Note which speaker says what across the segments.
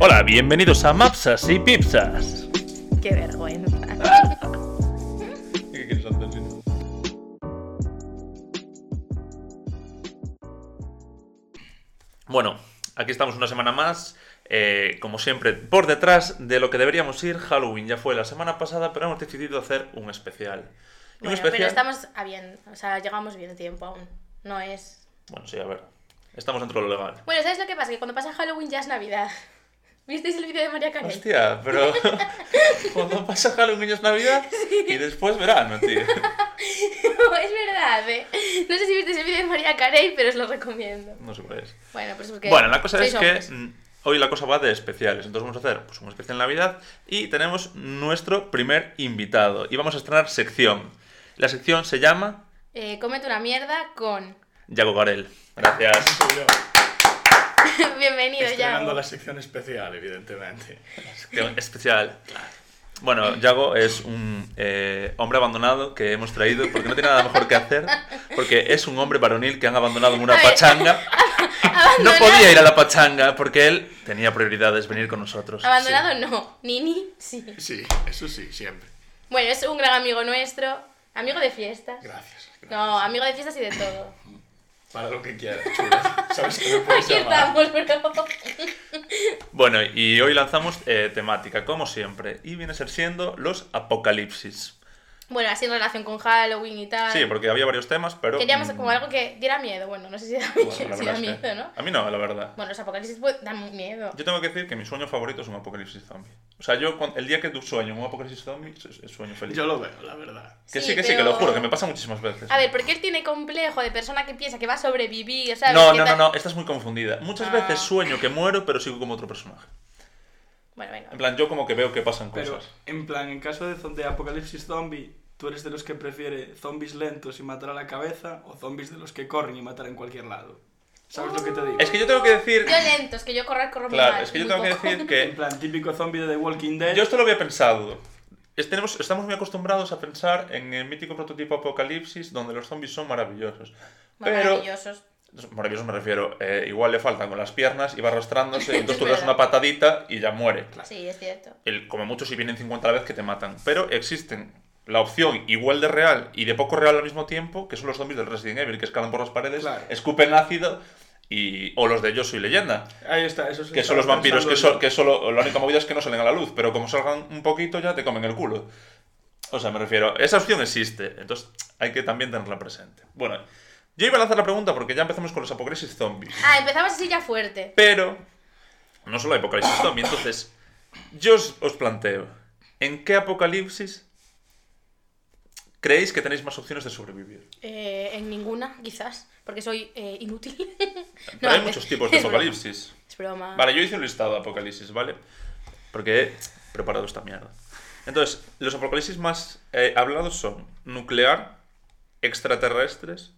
Speaker 1: Hola, bienvenidos a Mapsas y Pipsas.
Speaker 2: Qué vergüenza.
Speaker 1: Bueno, aquí estamos una semana más. eh, como siempre, por detrás de lo que deberíamos ir, Halloween ya fue la semana pasada, pero hemos decidido hacer un especial. Y un
Speaker 2: Bueno,
Speaker 1: especial.
Speaker 2: pero estamos a bien, o sea, llegamos bien a tiempo aún. No es.
Speaker 1: Bueno, sí, a ver. Estamos dentro de lo legal.
Speaker 2: Bueno, ¿sabes lo que pasa? Que cuando pasa Halloween ya es Navidad. ¿Visteis el vídeo de María Carey?
Speaker 1: Hostia, pero. Cuando pasa Halloween es Navidad y después verano, tío.
Speaker 2: es verdad, eh. No sé si visteis el vídeo de María Carey, pero os lo recomiendo.
Speaker 1: No sé cuál es.
Speaker 2: Bueno, pues porque.
Speaker 1: Bueno, la cosa
Speaker 2: sois
Speaker 1: es que
Speaker 2: hombres.
Speaker 1: mm, hoy la cosa va de especiales. Entonces vamos a hacer pues, un especial Navidad y tenemos nuestro primer invitado. Y vamos a estrenar sección. La sección se llama
Speaker 2: Eh, cómete una mierda con.
Speaker 1: Yago Garel. Gracias.
Speaker 3: Seguro.
Speaker 2: Bienvenido, ya.
Speaker 3: Estrenando la sección especial, evidentemente.
Speaker 1: Sección especial. Bueno, Yago es un eh, hombre abandonado que hemos traído porque no tiene nada mejor que hacer. Porque es un hombre varonil que han abandonado en una
Speaker 2: A ver.
Speaker 1: pachanga. No podía ir a la pachanga porque él tenía prioridades venir con nosotros.
Speaker 2: Abandonado no, Nini sí.
Speaker 3: Sí, eso sí, siempre.
Speaker 2: Bueno, es un gran amigo nuestro, amigo de fiestas.
Speaker 3: Gracias. gracias.
Speaker 2: No, amigo de fiestas y de todo.
Speaker 3: Para lo que quieras, chulo. Sabes que me puedes
Speaker 2: Aquí
Speaker 3: llamar.
Speaker 2: estamos, bro.
Speaker 1: Bueno, y hoy lanzamos eh, temática, como siempre, y viene a ser siendo los apocalipsis.
Speaker 2: Bueno, así en relación con Halloween y tal.
Speaker 1: Sí, porque había varios temas, pero...
Speaker 2: Queríamos
Speaker 1: mm,
Speaker 2: como algo que diera miedo. Bueno, no sé si da,
Speaker 1: bueno,
Speaker 2: si
Speaker 1: la
Speaker 2: da
Speaker 1: verdad es que-
Speaker 2: miedo, ¿no?
Speaker 1: A mí no, la verdad.
Speaker 2: Bueno, los apocalipsis pues, dan miedo.
Speaker 1: Yo tengo que decir que mi sueño favorito es un apocalipsis zombie. O sea, yo cuan- el día que tú sueño un apocalipsis zombie, su- su- sueño feliz.
Speaker 3: Yo lo veo, la verdad.
Speaker 1: Que sí,
Speaker 2: Sí,
Speaker 1: que sí, que
Speaker 2: pero-
Speaker 1: lo juro, que me pasa muchísimas veces.
Speaker 2: A ver, porque él tiene complejo de persona que piensa que va a sobrevivir, ¿sabes?
Speaker 1: no,
Speaker 2: Que
Speaker 1: no, no,
Speaker 2: tal-
Speaker 1: no, estás muy confundida. Muchas
Speaker 2: Ah.
Speaker 1: veces sueño que muero, pero sigo como otro personaje.
Speaker 2: Bueno, venga.
Speaker 1: En plan, yo como que veo que pasan
Speaker 4: Pero,
Speaker 1: cosas.
Speaker 4: en plan, en caso de, zo- de apocalipsis zombie, ¿tú eres de los que prefiere zombies lentos y matar a la cabeza o zombies de los que corren y matar en cualquier lado? ¿Sabes lo que te digo?
Speaker 1: Es que yo tengo que decir...
Speaker 2: Yo lentos, que yo correr, corro muy
Speaker 1: Claro,
Speaker 2: mal,
Speaker 1: es que yo
Speaker 2: muy
Speaker 1: tengo que
Speaker 2: poco.
Speaker 1: decir que...
Speaker 4: En plan, típico zombie de The Walking Dead.
Speaker 1: Yo esto lo había pensado. Es- tenemos- estamos muy acostumbrados a pensar en el mítico prototipo Apocalipsis, donde los zombies son maravillosos. Pero,
Speaker 2: Maravillosos.
Speaker 1: maravillosos me refiero, eh, igual le faltan con las piernas y va arrastrándose, y entonces tú le das
Speaker 2: verdad.
Speaker 1: una patadita y ya muere.
Speaker 2: Sí, es cierto.
Speaker 1: El- como muchos si vienen 50 veces que te matan. Pero existen la opción igual de real y de poco real al mismo tiempo, que son los zombies del Resident Evil, que escalan por las paredes,
Speaker 4: Claro.
Speaker 1: escupen ácido, y, o los de Yo Soy Leyenda.
Speaker 4: Ahí está, eso es
Speaker 1: Que son los vampiros, que, so- que solo la única movida es que no salen a la luz, pero como salgan un poquito ya te comen el culo. O sea, me refiero, esa opción existe, entonces hay que también tenerla presente. Bueno, yo iba a lanzar la pregunta porque ya empezamos con los apocalipsis zombies,
Speaker 2: Ah, empezamos así ya fuerte.
Speaker 1: pero no solo hay apocalipsis zombies, entonces yo os, os planteo, ¿en qué apocalipsis creéis que tenéis más opciones de sobrevivir?
Speaker 2: Eh, en ninguna, quizás, porque soy eh, inútil.
Speaker 1: Pero hay
Speaker 2: es-
Speaker 1: muchos tipos de
Speaker 2: es broma,
Speaker 1: apocalipsis.
Speaker 2: Es broma.
Speaker 1: Vale, yo hice un listado de apocalipsis, ¿vale? Porque he preparado esta mierda. Entonces, los apocalipsis más eh, hablados son nuclear, extraterrestres,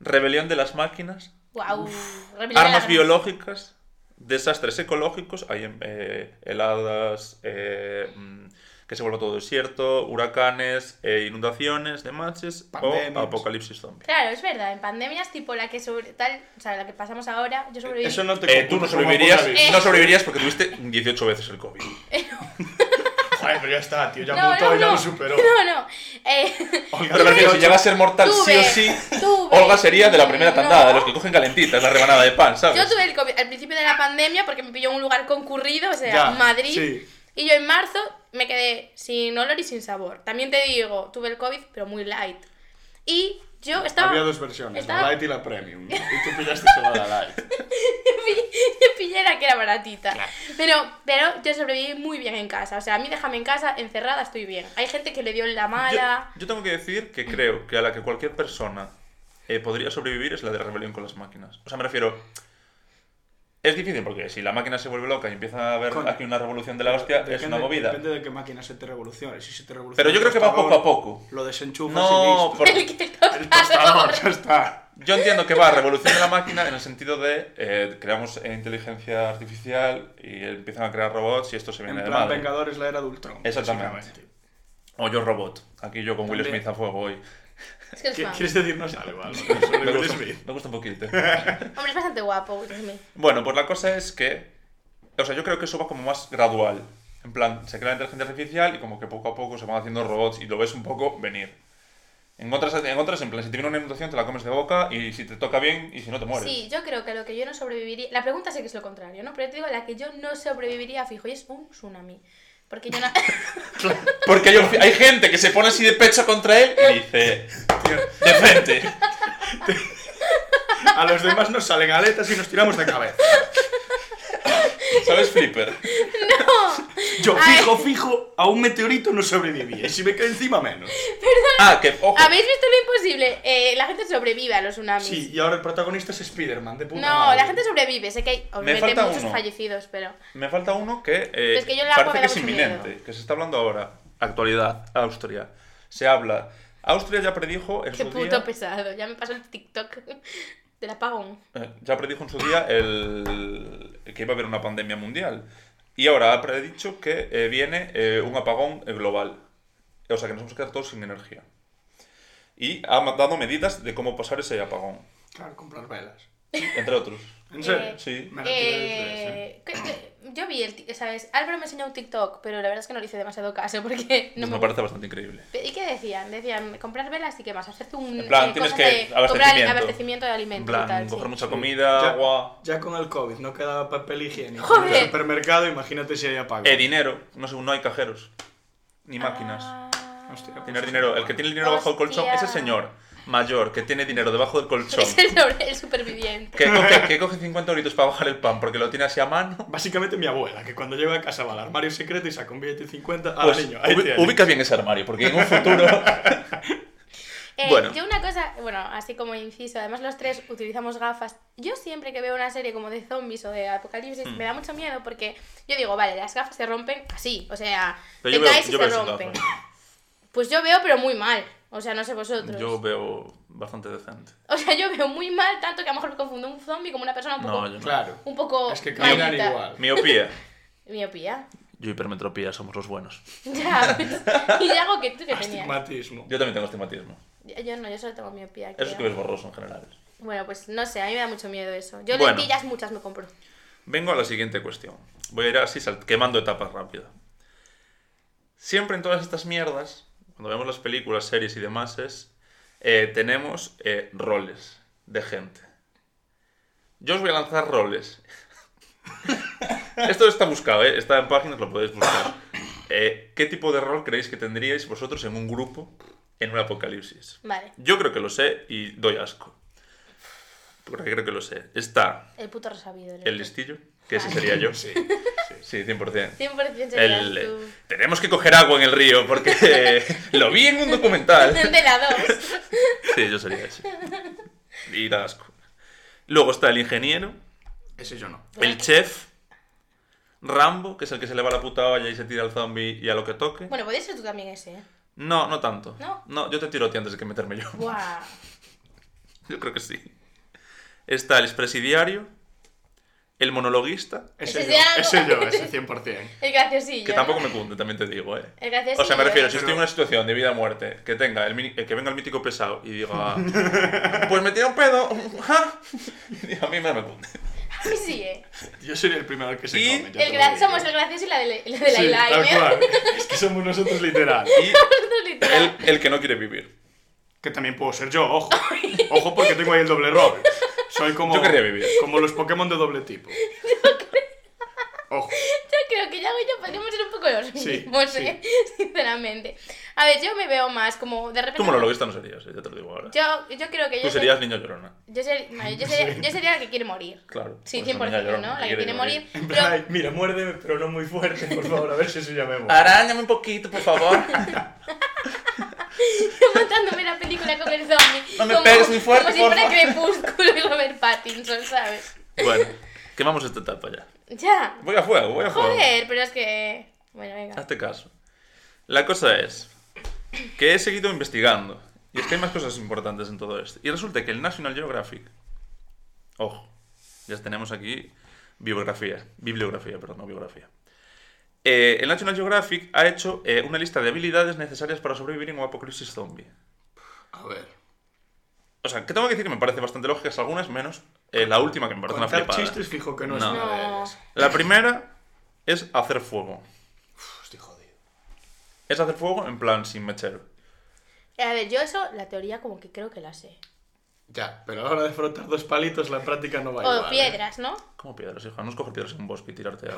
Speaker 1: rebelión de las máquinas,
Speaker 2: Guau. rebelión a la
Speaker 1: armas
Speaker 2: gran-
Speaker 1: biológicas, desastres ecológicos, hay em, eh, heladas, eh, mm, que se vuelva todo desierto, huracanes, eh, inundaciones, demás, o
Speaker 3: Pandemias.
Speaker 1: apocalipsis zombie.
Speaker 2: Claro, es verdad, en pandemias tipo la que sobre tal, o sea, la que pasamos ahora, yo sobreviví.
Speaker 3: Eso no te
Speaker 1: Eh, tú no
Speaker 3: confundas con
Speaker 1: sobrevivirías,
Speaker 3: Este apocalipsis.
Speaker 1: no sobrevivirías porque tuviste 18 veces el COVID.
Speaker 3: Joder, pero ya está, tío. Ya
Speaker 2: no,
Speaker 3: mutó,
Speaker 2: no,
Speaker 3: ya
Speaker 2: no.
Speaker 3: lo superó.
Speaker 2: No, no. Eh,
Speaker 3: Olga,
Speaker 1: Pero me refiero, si
Speaker 3: tío,
Speaker 1: llega a ser mortal
Speaker 2: tuve,
Speaker 1: sí o sí,
Speaker 2: tuve,
Speaker 1: Olga sería de la primera
Speaker 2: no.
Speaker 1: tandada, de los que cogen calentitas la rebanada de pan, ¿sabes?
Speaker 2: yo tuve el COVID al principio de la pandemia porque me pilló en un lugar concurrido, o sea,
Speaker 3: Ya,
Speaker 2: Madrid.
Speaker 3: sí.
Speaker 2: Y yo en marzo me quedé sin olor y sin sabor. También te digo, tuve el COVID, pero muy light. Y yo estaba.
Speaker 3: Había dos versiones,
Speaker 2: estaba-
Speaker 3: la light y la premium. Y tú pillaste solo la light.
Speaker 2: pillé la que era baratita. Pero, pero yo sobreviví muy bien en casa. O sea, a mí déjame en casa, encerrada estoy bien. Hay gente que le dio en la
Speaker 1: Yo-
Speaker 2: mala.
Speaker 1: yo tengo que decir que creo que a la que cualquier persona eh, podría sobrevivir es la de la rebelión con las máquinas. O sea, me refiero. Es difícil porque si la máquina se vuelve loca y empieza a haber
Speaker 4: Coño.
Speaker 1: aquí una revolución de la hostia, es
Speaker 4: Depende-
Speaker 1: una movida.
Speaker 4: Depende de qué máquina se te revolucione. Si se te revoluciona
Speaker 1: Pero yo
Speaker 4: el
Speaker 1: creo que va
Speaker 4: tostador,
Speaker 1: poco a poco.
Speaker 4: Lo desenchufas
Speaker 1: No,
Speaker 4: y listo.
Speaker 1: por-
Speaker 2: El que tocaba.
Speaker 3: El tostador, ya está.
Speaker 1: Yo entiendo que va a revolucionar la máquina en el sentido de eh, creamos eh, inteligencia artificial y empiezan a crear robots y esto se
Speaker 4: En
Speaker 1: viene de
Speaker 4: plan,
Speaker 1: madre.
Speaker 4: Vengadores la era de Ultron.
Speaker 1: ¿eh? Exactamente.
Speaker 4: básicamente.
Speaker 1: O yo robot. Aquí yo con Will
Speaker 4: También.
Speaker 1: Smith a fuego hoy.
Speaker 2: Es que es
Speaker 3: ¿Qué-
Speaker 2: fan.
Speaker 3: ¿Quieres decirnos algo? Álvaro,
Speaker 1: Me
Speaker 3: sobre Will
Speaker 1: gusta,
Speaker 3: Smith?
Speaker 1: me gusta un poquito.
Speaker 2: Hombre, es bastante guapo, Will Smith.
Speaker 1: bueno, pues la cosa es que o sea, yo creo que eso va como más gradual. En plan, se crea la inteligencia artificial y como que poco a poco se van haciendo robots y lo ves un poco venir. En otras, en, otras, en plan, si te viene una inundación te la comes de boca y si te toca bien y si no te mueres.
Speaker 2: Sí, yo creo que lo que yo no sobreviviría. La pregunta sé que es lo contrario, ¿no? Pero yo te digo, la que yo no sobreviviría fijo y es un tsunami. Porque yo no.
Speaker 1: Porque hay, hay gente que se pone así de pecho contra él y dice, de frente.
Speaker 3: A los demás nos salen aletas y nos tiramos de cabeza.
Speaker 1: ¿Sabes, Flipper?
Speaker 2: ¡No!
Speaker 3: Yo
Speaker 2: Ay.
Speaker 3: fijo, fijo, a un meteorito no sobreviví. Y si me cae encima, menos.
Speaker 1: Ah, que, ojo,
Speaker 2: ¿Habéis visto lo imposible? Eh, la gente sobrevive a los tsunamis.
Speaker 3: Sí, y ahora el protagonista es Spider-Man, de puta
Speaker 2: No,
Speaker 3: madre.
Speaker 2: la gente sobrevive. Sé que hay obviamente,
Speaker 1: falta
Speaker 2: muchos
Speaker 1: uno.
Speaker 2: fallecidos, pero.
Speaker 1: me falta uno que, eh,
Speaker 2: Es que yo el agua
Speaker 1: parece que
Speaker 2: me da
Speaker 1: es
Speaker 2: mucho
Speaker 1: inminente,
Speaker 2: miedo.
Speaker 1: que se está hablando ahora. Actualidad, Austria. Se habla. Austria ya predijo en
Speaker 2: Qué
Speaker 1: su
Speaker 2: puto
Speaker 1: día...
Speaker 2: pesado. Ya me pasó el TikTok del apagón.
Speaker 1: Eh, ya predijo en su día el, que iba a haber una pandemia mundial. Y ahora ha predicho que eh, viene eh, un apagón eh, global. O sea, que nos vamos a quedar todos sin energía. Y ha ma- dado medidas de cómo pasar ese apagón,
Speaker 3: Claro, comprar velas.
Speaker 1: entre otros.
Speaker 3: ¿En serio?
Speaker 2: Eh,
Speaker 1: Sí.
Speaker 3: Me retiro de
Speaker 2: Eh, que- que- yo vi el. ti- ¿Sabes? Álvaro me enseñó un TikTok, pero la verdad es que no le hice demasiado caso porque no
Speaker 1: Pues me
Speaker 2: me.
Speaker 1: parece bastante increíble.
Speaker 2: ¿Y qué decían? Decían comprar velas y qué más. Hacerte un.
Speaker 1: En plan,
Speaker 2: eh,
Speaker 1: tienes
Speaker 2: cosas
Speaker 1: que
Speaker 2: de- comprar
Speaker 1: abastecimiento.
Speaker 2: abastecimiento de
Speaker 1: En
Speaker 2: alimentos. y
Speaker 1: plan,
Speaker 2: tal, sí.
Speaker 1: coger mucha comida,
Speaker 3: Ya.
Speaker 1: agua,
Speaker 4: Ya con el COVID no quedaba papel higiénico
Speaker 2: Joder.
Speaker 4: en el supermercado, imagínate si hay pago.
Speaker 1: eh, dinero. No sé, no hay cajeros. Ni máquinas.
Speaker 2: Ah.
Speaker 4: Hostia,
Speaker 1: Tener dinero. El que tiene el dinero bajo el colchón, ese
Speaker 2: Hostia.
Speaker 1: señor mayor que tiene dinero debajo del colchón.
Speaker 2: Es el, sobre- el superviviente.
Speaker 1: Que coge, que coge 50 euritos para bajar el pan porque lo tiene así a mano.
Speaker 3: Básicamente mi abuela, que cuando llega a casa va al armario secreto y saca un billete de 50. Ah,
Speaker 1: Pues
Speaker 3: niño, ahí
Speaker 1: ubi-
Speaker 3: tienes.
Speaker 1: ubicas bien ese armario porque en un futuro.
Speaker 2: Eh,
Speaker 1: Bueno.
Speaker 2: Yo una cosa, bueno, así como inciso, además los tres utilizamos gafas. Yo siempre que veo una serie como de zombies o de apocalipsis
Speaker 1: Hmm.
Speaker 2: me da mucho miedo porque yo digo, vale, las gafas se rompen así, o sea,
Speaker 1: Pero
Speaker 2: te
Speaker 1: yo veo-
Speaker 2: caes
Speaker 1: yo
Speaker 2: y se
Speaker 1: veo sin
Speaker 2: rompen.
Speaker 1: gafas.
Speaker 2: Pues yo veo, pero muy mal. O sea, no sé vosotros.
Speaker 1: Yo veo bastante decente.
Speaker 2: O sea, yo veo muy mal, tanto que a lo mejor me confundo un zombie como una persona un poco.
Speaker 1: No, yo no.
Speaker 3: Claro.
Speaker 2: Un poco.
Speaker 3: Es que caminan
Speaker 2: malita.
Speaker 3: igual.
Speaker 1: Miopía.
Speaker 2: Miopía.
Speaker 1: Yo hipermetropía, somos los buenos.
Speaker 2: Ya. pues, y algo que
Speaker 1: Ah,
Speaker 2: tú que tenías.
Speaker 3: Astigmatismo.
Speaker 1: Yo también tengo astigmatismo.
Speaker 2: Yo no, yo solo tengo miopía.
Speaker 1: Eso es
Speaker 2: creo.
Speaker 1: que ves borroso en general.
Speaker 2: Bueno, pues no sé, a mí me da mucho miedo eso. Yo
Speaker 1: Bueno.
Speaker 2: lentillas muchas me compro.
Speaker 1: Vengo a la siguiente cuestión. Voy a ir así sal- quemando etapas rápido. Siempre en todas estas mierdas, cuando vemos las películas, series y demás, es, eh, tenemos eh, roles de gente. Yo os voy a lanzar roles. Esto está buscado, ¿eh? está en páginas, lo podéis buscar. Eh, ¿Qué tipo de rol creéis que tendríais vosotros en un grupo en un apocalipsis?
Speaker 2: Vale,
Speaker 1: Yo creo que lo sé y doy asco. Porque creo que lo sé. Está
Speaker 2: el puto resabido.
Speaker 1: el listillo, que ese sería yo. Sí, 100%.
Speaker 2: 100% serías
Speaker 1: El,
Speaker 2: tú.
Speaker 1: eh, tenemos que coger agua en el río porque eh, lo vi en un documental.
Speaker 2: De la 2.
Speaker 1: Sí, yo sería ese. Y da asco. Luego está el ingeniero,
Speaker 3: Ese yo no.
Speaker 1: el chef, Rambo, que es el que se le va la puta olla y se tira al zombie y a lo que toque.
Speaker 2: Bueno, podías ser tú también ese. ¿eh?
Speaker 1: No, no tanto.
Speaker 2: ¿No?
Speaker 1: yo te tiro a ti antes de que meterme yo.
Speaker 2: Buah.
Speaker 1: Yo creo que sí. Está el expresidiario, el monologuista,
Speaker 3: Ese,
Speaker 2: Ese
Speaker 3: yo.
Speaker 2: ya no.
Speaker 3: Ese yo, ese 100%.
Speaker 2: El graciosillo.
Speaker 1: que tampoco me cunde, también te digo, eh.
Speaker 2: El graciosillo.
Speaker 1: O sea, me refiero, si
Speaker 2: ¿eh?
Speaker 1: estoy en una situación de vida o muerte, que tenga el mini- eh, que venga el mítico pesado y diga, pues me tira un pedo, ja". Y diga, a mí me me cunde.
Speaker 2: Sí, sí, eh.
Speaker 3: Yo sería el primero al que se
Speaker 1: Y
Speaker 3: come. ya
Speaker 2: El
Speaker 3: te lo
Speaker 2: gra-
Speaker 3: digo.
Speaker 2: Somos el gracioso y la de la, de la
Speaker 3: Sí,
Speaker 2: Eli,
Speaker 3: tal
Speaker 2: ¿eh?
Speaker 3: cual. Es que somos nosotros literal.
Speaker 1: Y
Speaker 2: Nosotros literal.
Speaker 1: el, el que no quiere vivir.
Speaker 3: Que también puedo ser yo, ojo. Ojo porque tengo ahí el doble rol. Soy como,
Speaker 1: Yo querría vivir.
Speaker 3: como los Pokémon de doble tipo. Ojo.
Speaker 2: Yo creo que ya yo podríamos ser un poco los mismos,
Speaker 3: sí.
Speaker 2: ¿eh? Sinceramente. A ver, yo me veo más como de repente.
Speaker 1: Tú monologuista no serías, eh, ya te lo digo ahora.
Speaker 2: Yo, yo creo que yo.
Speaker 1: Tú
Speaker 2: ser-
Speaker 1: serías niño llorona,
Speaker 2: Yo, ser- no, yo, ser- yo sería la que quiere morir.
Speaker 1: claro.
Speaker 2: Sí,
Speaker 1: Pues
Speaker 2: 100%,
Speaker 1: una niña llorona
Speaker 2: ¿no? La que quiere morir. Pero-
Speaker 3: En plan, ay, mira, muérdeme, pero no muy fuerte, por favor, a ver si eso ya me mola.
Speaker 1: Aráñame un poquito, por favor.
Speaker 2: montándome la película con el zombie.
Speaker 1: No me pegues muy fuerte,
Speaker 2: Como si
Speaker 1: por
Speaker 2: fuera
Speaker 1: favor.
Speaker 2: Crepúsculo y Robert Pattinson, ¿sabes?
Speaker 1: Bueno, quemamos esta etapa ya.
Speaker 2: Ya.
Speaker 1: Voy a fuego, voy a fuego.
Speaker 2: Joder, pero es que. Bueno, venga.
Speaker 1: Hazte caso. La cosa es que he seguido investigando. Y es que hay más cosas importantes en todo esto. Y resulta que el National Geographic. Ojo, ya tenemos aquí bibliografía. Bibliografía, perdón, no biografía. Eh, el National Geographic ha hecho eh, una lista de habilidades necesarias para sobrevivir en un apocalipsis zombie.
Speaker 3: A ver.
Speaker 1: O sea, que tengo que decir que me parece bastante lógicas algunas, menos eh, la última que me parece una
Speaker 4: Contar
Speaker 1: flipada.
Speaker 4: chistes fijo que no,
Speaker 1: No.
Speaker 4: es una de
Speaker 2: No.
Speaker 4: ellas.
Speaker 1: La primera es hacer fuego.
Speaker 3: Uf, estoy jodido.
Speaker 1: Es hacer fuego en plan sin mechero.
Speaker 2: A ver, yo eso, la teoría como que creo que la sé.
Speaker 3: Ya,
Speaker 4: Pero a la hora de frotar dos palitos, la práctica no va
Speaker 2: o
Speaker 4: igual. ¿eh?
Speaker 2: piedras, ¿no?
Speaker 1: ¿Cómo piedras, hija? No es coger piedras en un bosque y tirarte a...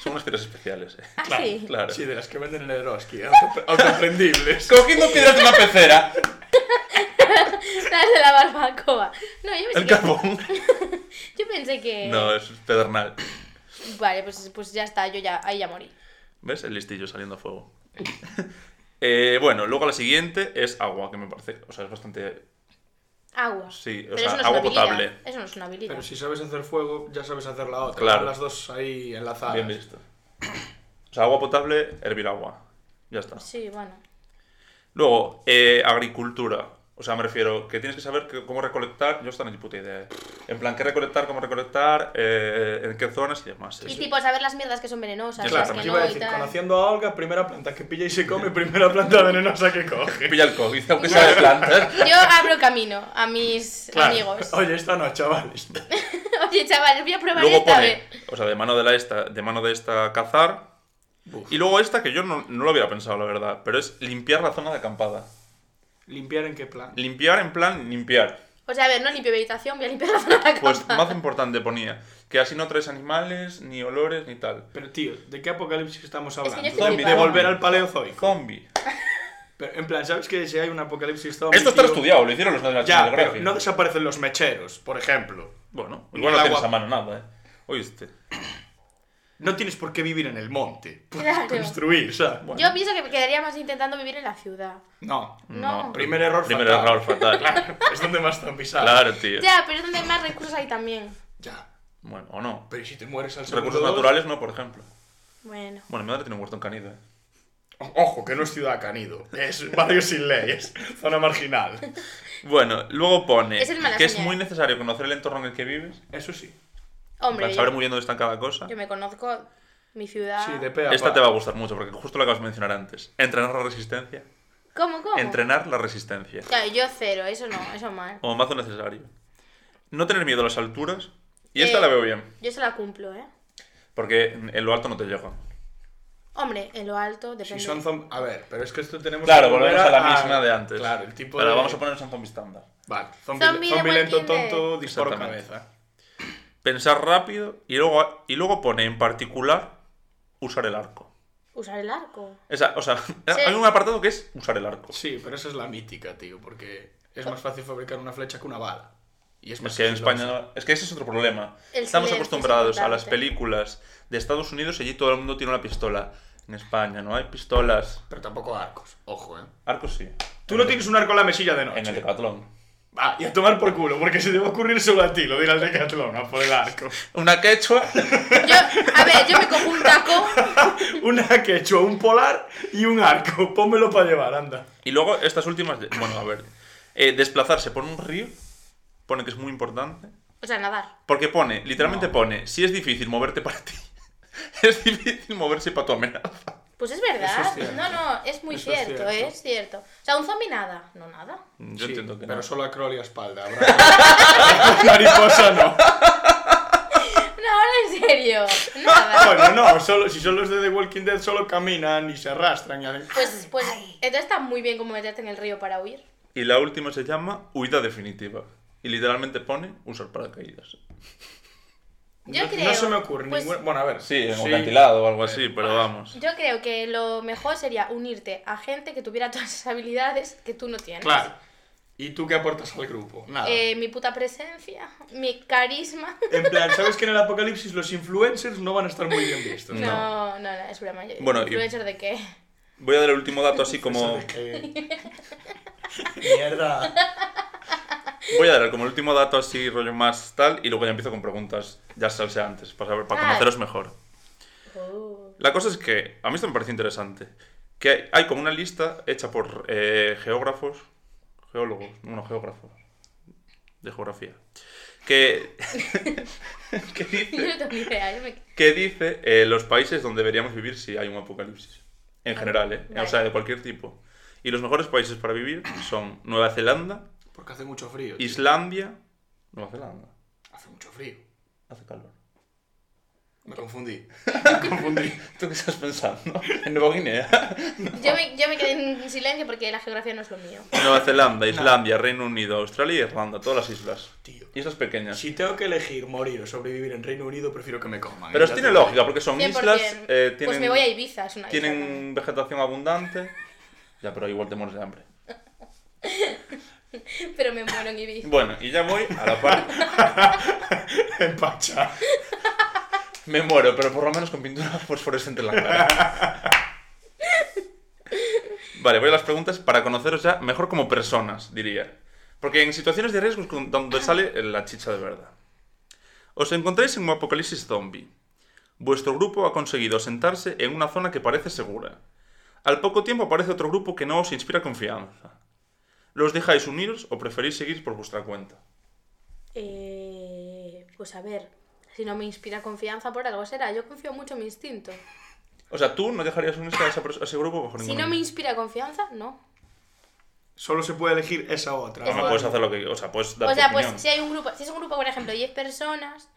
Speaker 1: Son unas piedras especiales, eh.
Speaker 2: Ah,
Speaker 4: Claro,
Speaker 2: sí.
Speaker 1: Claro.
Speaker 4: Sí, de las que venden en el Eroski, auto- autoprendibles.
Speaker 1: Cogiendo piedras de una pecera.
Speaker 2: Las de la barbacoa. No, yo pensé,
Speaker 1: El
Speaker 2: que,
Speaker 1: carbón.
Speaker 2: yo pensé que...
Speaker 1: No, es pedernal.
Speaker 2: Vale, pues, pues ya está, yo ya, ahí ya morí.
Speaker 1: ¿Ves? El listillo saliendo a fuego. Eh, bueno, luego la siguiente es agua, que me parece. O sea, es bastante.
Speaker 2: Agua.
Speaker 1: Sí, o
Speaker 2: Pero
Speaker 1: sea,
Speaker 2: eso no es
Speaker 1: agua
Speaker 2: una habilidad.
Speaker 1: potable.
Speaker 2: Eso no es una habilidad.
Speaker 4: Pero si sabes hacer fuego, ya sabes hacer la otra.
Speaker 1: Claro.
Speaker 4: Las dos ahí enlazadas.
Speaker 1: Bien visto. O sea, agua potable, hervir agua. Ya está.
Speaker 2: Sí, bueno.
Speaker 1: Luego, eh, agricultura. O sea, me refiero que tienes que saber que- cómo recolectar. Yo esta no tengo ni puta idea. eh. En plan, qué recolectar, cómo recolectar, eh, en qué zonas y demás.
Speaker 2: y
Speaker 1: Eso.
Speaker 2: tipo, saber las mierdas que son venenosas,
Speaker 1: Claro,
Speaker 2: las que
Speaker 1: porque
Speaker 4: Te iba
Speaker 2: no
Speaker 4: a
Speaker 2: y
Speaker 4: decir,
Speaker 2: tal.
Speaker 4: conociendo a Olga, primera planta que pilla y se come, primera planta venenosa que coge.
Speaker 1: Pilla el COVID, aunque sea de plantas.
Speaker 2: Yo abro camino a mis
Speaker 4: Claro.
Speaker 2: amigos.
Speaker 4: Oye, esta no, chavales.
Speaker 2: Oye, chavales, voy a probar
Speaker 1: Luego
Speaker 2: esta
Speaker 1: pone,
Speaker 2: vez.
Speaker 1: o sea, de mano de, la esta, de mano de esta cazar.
Speaker 4: Buf.
Speaker 1: Y luego esta que yo no, no lo había pensado, la verdad, pero es limpiar la zona de acampada.
Speaker 4: ¿Limpiar en qué plan?
Speaker 1: Limpiar en plan limpiar.
Speaker 2: O sea, a ver, no limpio mi habitación, voy a limpiar la zona de la cama.
Speaker 1: Pues más importante ponía, que así no traes animales, ni olores, ni tal.
Speaker 4: Pero tío, ¿de qué apocalipsis estamos hablando?
Speaker 2: estoy
Speaker 4: De-
Speaker 2: flipada.
Speaker 4: de volver al paleozoico.
Speaker 1: Zombie.
Speaker 4: Pero, en plan, ¿sabes que si hay un apocalipsis zombie?
Speaker 1: Esto está
Speaker 4: tío,
Speaker 1: estudiado, lo hicieron los de la
Speaker 4: Ya,
Speaker 1: National
Speaker 4: pero
Speaker 1: Geographic.
Speaker 4: no desaparecen los mecheros, por ejemplo.
Speaker 1: Bueno, igual no
Speaker 4: El
Speaker 1: tienes
Speaker 4: agua.
Speaker 1: a mano nada, ¿eh? Oíste.
Speaker 4: No tienes por qué vivir en el monte. Puedes
Speaker 2: Claro.
Speaker 4: construir, ¿sabes?
Speaker 2: Yo pienso que quedaríamos intentando vivir en la ciudad.
Speaker 4: No.
Speaker 2: No.
Speaker 4: Primer error
Speaker 1: Primer
Speaker 4: fatal.
Speaker 1: error fatal. claro.
Speaker 4: Claro, es donde más zombies hay.
Speaker 1: tío.
Speaker 2: Ya, pero es donde más recursos hay también.
Speaker 4: Ya.
Speaker 1: Bueno, o no.
Speaker 4: Pero ¿y si te mueres al segundo
Speaker 1: Recursos
Speaker 4: dos?
Speaker 1: naturales no, por ejemplo.
Speaker 2: Bueno.
Speaker 1: Bueno, mi madre tiene un huerto en Canido, ¿eh?
Speaker 4: O- Ojo, que no es ciudad canido. Es barrio sin ley, es zona marginal.
Speaker 1: Bueno, luego pone
Speaker 2: Es el mala
Speaker 1: que es
Speaker 2: señal.
Speaker 1: muy necesario conocer el entorno en el que vives,
Speaker 4: Eso sí.
Speaker 1: para
Speaker 2: Hombre,
Speaker 1: saber
Speaker 2: yo,
Speaker 1: muy bien dónde está cada cosa.
Speaker 2: yo me conozco mi ciudad.
Speaker 4: Sí, de pe a
Speaker 1: Esta
Speaker 4: pa.
Speaker 1: te va a gustar mucho porque justo lo acabas de mencionar antes. Entrenar la resistencia.
Speaker 2: ¿Cómo, cómo?
Speaker 1: Entrenar la resistencia.
Speaker 2: Claro, yo cero, eso no, eso mal.
Speaker 1: Como mazo necesario. No tener miedo a las alturas. Y
Speaker 2: Eh.
Speaker 1: esta la veo bien.
Speaker 2: Yo se la cumplo, ¿eh?
Speaker 1: Porque en lo alto no te llega.
Speaker 4: Pues
Speaker 2: Hombre, en lo alto,
Speaker 4: Si
Speaker 2: depende.
Speaker 4: son zombies. A ver, pero es que esto tenemos
Speaker 1: Claro,
Speaker 4: que volver
Speaker 1: volvemos a la misma de antes.
Speaker 4: ah, Claro, el tipo
Speaker 1: Ahora
Speaker 4: de.
Speaker 1: vamos a poner un zombie estándar.
Speaker 4: Vale, zombie,
Speaker 2: Zombie de
Speaker 4: zombie lento,
Speaker 2: Walking Dead.
Speaker 4: tonto, disparo
Speaker 1: Exactamente.
Speaker 4: cabeza.
Speaker 1: Pensar rápido y luego, y luego pone en particular usar el arco.
Speaker 2: Usar el arco.
Speaker 1: Esa- o sea, hay un apartado que es usar el arco.
Speaker 4: Sí, pero esa es la mítica, tío, porque es más fácil fabricar una flecha que una bala. Y es más
Speaker 1: Es que en
Speaker 4: sigiloso.
Speaker 1: España. no- Es que ese es otro problema.
Speaker 2: El
Speaker 1: Estamos
Speaker 2: silencio es
Speaker 1: acostumbrados a las
Speaker 2: importante.
Speaker 1: películas de Estados Unidos y allí todo el mundo tiene una pistola. En España no hay pistolas.
Speaker 4: Pero tampoco arcos, ojo, eh.
Speaker 1: Arcos sí.
Speaker 4: Tú no tienes un arco en la mesilla de
Speaker 1: En el
Speaker 4: noche.
Speaker 1: decatlón.
Speaker 4: Ah, y a tomar por culo, porque se te va a ocurrir solo a ti, lo dirás de Catlón, a por el arco.
Speaker 1: Una quechua.
Speaker 2: Yo, a ver, yo me cojo un taco.
Speaker 4: Una quechua, un polar y un arco. Pónmelo para llevar, anda.
Speaker 1: Y luego estas últimas. de- Bueno, a ver. Eh, desplazarse por un río. Pone que es muy importante.
Speaker 2: O sea, nadar.
Speaker 1: Porque pone, literalmente pone, si es difícil moverte para ti, es difícil moverse para tu amenaza.
Speaker 2: Pues es verdad.
Speaker 4: Eso es cierto.
Speaker 2: no, no, es muy
Speaker 4: Eso es
Speaker 2: cierto,
Speaker 4: cierto.
Speaker 2: ¿eh? es cierto. O sea, un zombie nada. No nada.
Speaker 1: Yo
Speaker 4: Sí,
Speaker 1: entiendo que
Speaker 4: pero
Speaker 1: no.
Speaker 4: solo a Crowley a espalda. habrá- Mariposa no.
Speaker 2: No, no, en serio. Nada.
Speaker 4: Bueno, no, solo, si son los de The Walking Dead, solo caminan y se arrastran y hacen...
Speaker 2: Pues, pues, entonces está muy bien como meterte en el río para huir.
Speaker 1: Y la última se llama huida definitiva. Y literalmente pone usar paracaídas.
Speaker 2: Yo
Speaker 4: no,
Speaker 2: creo.
Speaker 4: no se me ocurre
Speaker 2: pues,
Speaker 4: ninguna... Bueno, a ver.
Speaker 1: Sí, en un ventilado o algo así, pero vamos.
Speaker 2: Yo creo que lo mejor sería unirte a gente que tuviera todas esas habilidades que tú no tienes.
Speaker 4: Claro. ¿Y tú qué aportas al grupo? Nada.
Speaker 2: Eh, mi puta presencia, mi carisma.
Speaker 4: En plan, ¿sabes que en el apocalipsis los influencers no van a estar muy bien vistos?
Speaker 2: No, no, no, es broma. Yo-
Speaker 1: Bueno, y-
Speaker 2: influencer de qué?
Speaker 1: Voy a dar el último dato así como...
Speaker 4: ¿Sabes qué? Mierda.
Speaker 1: Voy a dar como el último dato así rollo más tal y luego ya empiezo con preguntas, ya salse antes, para, saber, para
Speaker 2: Vale.
Speaker 1: conoceros mejor.
Speaker 2: Oh.
Speaker 1: La cosa es que, a mí esto me parece interesante, que hay, hay como una lista hecha por eh, geógrafos, geólogos, no, geógrafos, de geografía, que, que
Speaker 2: Yo no
Speaker 1: dice,
Speaker 2: tengo ni idea. Yo me...
Speaker 1: que dice eh, los países donde deberíamos vivir si hay un apocalipsis. En general, ¿eh? O sea,
Speaker 2: Vale.
Speaker 1: de cualquier tipo. Y los mejores países para vivir son Nueva Zelanda,
Speaker 4: Porque hace mucho frío. tío.
Speaker 1: Islandia, Nueva Zelanda.
Speaker 4: Hace mucho frío.
Speaker 1: Hace calor.
Speaker 4: Me confundí. Me confundí.
Speaker 1: ¿Tú qué estás pensando? ¿En Nueva Guinea?
Speaker 2: Yo me, yo me quedé en silencio porque la geografía no es lo mío.
Speaker 1: Nueva Zelanda, Islandia, Reino Unido, Australia y Irlanda. Todas las islas.
Speaker 4: Tío.
Speaker 1: Islas pequeñas.
Speaker 4: Si tengo que elegir morir o sobrevivir en Reino Unido, prefiero que me coman.
Speaker 1: Pero
Speaker 4: Ya
Speaker 1: tiene
Speaker 4: te-
Speaker 1: lógica, porque son
Speaker 2: 100%.
Speaker 1: islas, eh, tienen,
Speaker 2: pues me voy a Ibiza, es una isla también.
Speaker 1: tienen vegetación abundante. Ya, pero igual te mueres de hambre.
Speaker 2: Pero me muero en Ibiza.
Speaker 1: Bueno, y ya voy a la parte.
Speaker 3: Empacha.
Speaker 1: Me muero, pero por lo menos con pintura fosforescente en la cara. Vale, voy a las preguntas para conoceros ya mejor como personas, diría. Porque en situaciones de riesgo es con- donde sale la chicha de verdad. Os encontráis en un apocalipsis zombie. Vuestro grupo ha conseguido sentarse en una zona que parece segura. Al poco tiempo aparece otro grupo que no os inspira confianza. ¿Los dejáis uniros o preferís seguir por vuestra cuenta?
Speaker 2: Eh, pues a ver, si no me inspira confianza por algo será. Yo confío mucho en mi instinto.
Speaker 1: O sea, tú no dejarías unirse a, esa pers- a ese grupo bajo ningún
Speaker 2: Si no me inspira confianza, no.
Speaker 4: Solo se puede elegir esa otra.
Speaker 1: No,
Speaker 2: Eso.
Speaker 1: no puedes hacer lo que. O sea, puedes dar
Speaker 2: O
Speaker 1: tu
Speaker 2: sea, pues
Speaker 1: opinión.
Speaker 2: si hay un grupo, si es un grupo, por ejemplo, de 10 personas.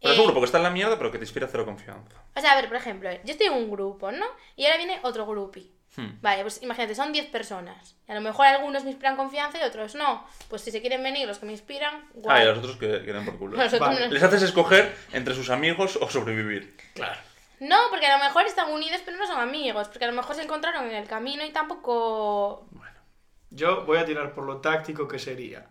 Speaker 1: Pero es
Speaker 2: eh,
Speaker 1: un grupo que está en la mierda, pero que te inspira cero confianza.
Speaker 2: O sea, a ver, por ejemplo, yo estoy en un grupo, ¿no? Y ahora viene otro grupi.
Speaker 1: Hmm.
Speaker 2: Vale, pues imagínate, son 10 personas. Y a lo mejor algunos me inspiran confianza y otros no. Pues si se quieren venir los que me inspiran,
Speaker 1: Ah, y
Speaker 2: guay.
Speaker 1: a los otros que quieren por culo.
Speaker 2: Nosotros
Speaker 4: Vale.
Speaker 2: no-
Speaker 1: Les haces escoger entre sus amigos o sobrevivir.
Speaker 4: Claro.
Speaker 2: No, porque a lo mejor están unidos pero no son amigos. Porque a lo mejor se encontraron en el camino y tampoco...
Speaker 4: Yo voy a tirar por lo táctico que sería.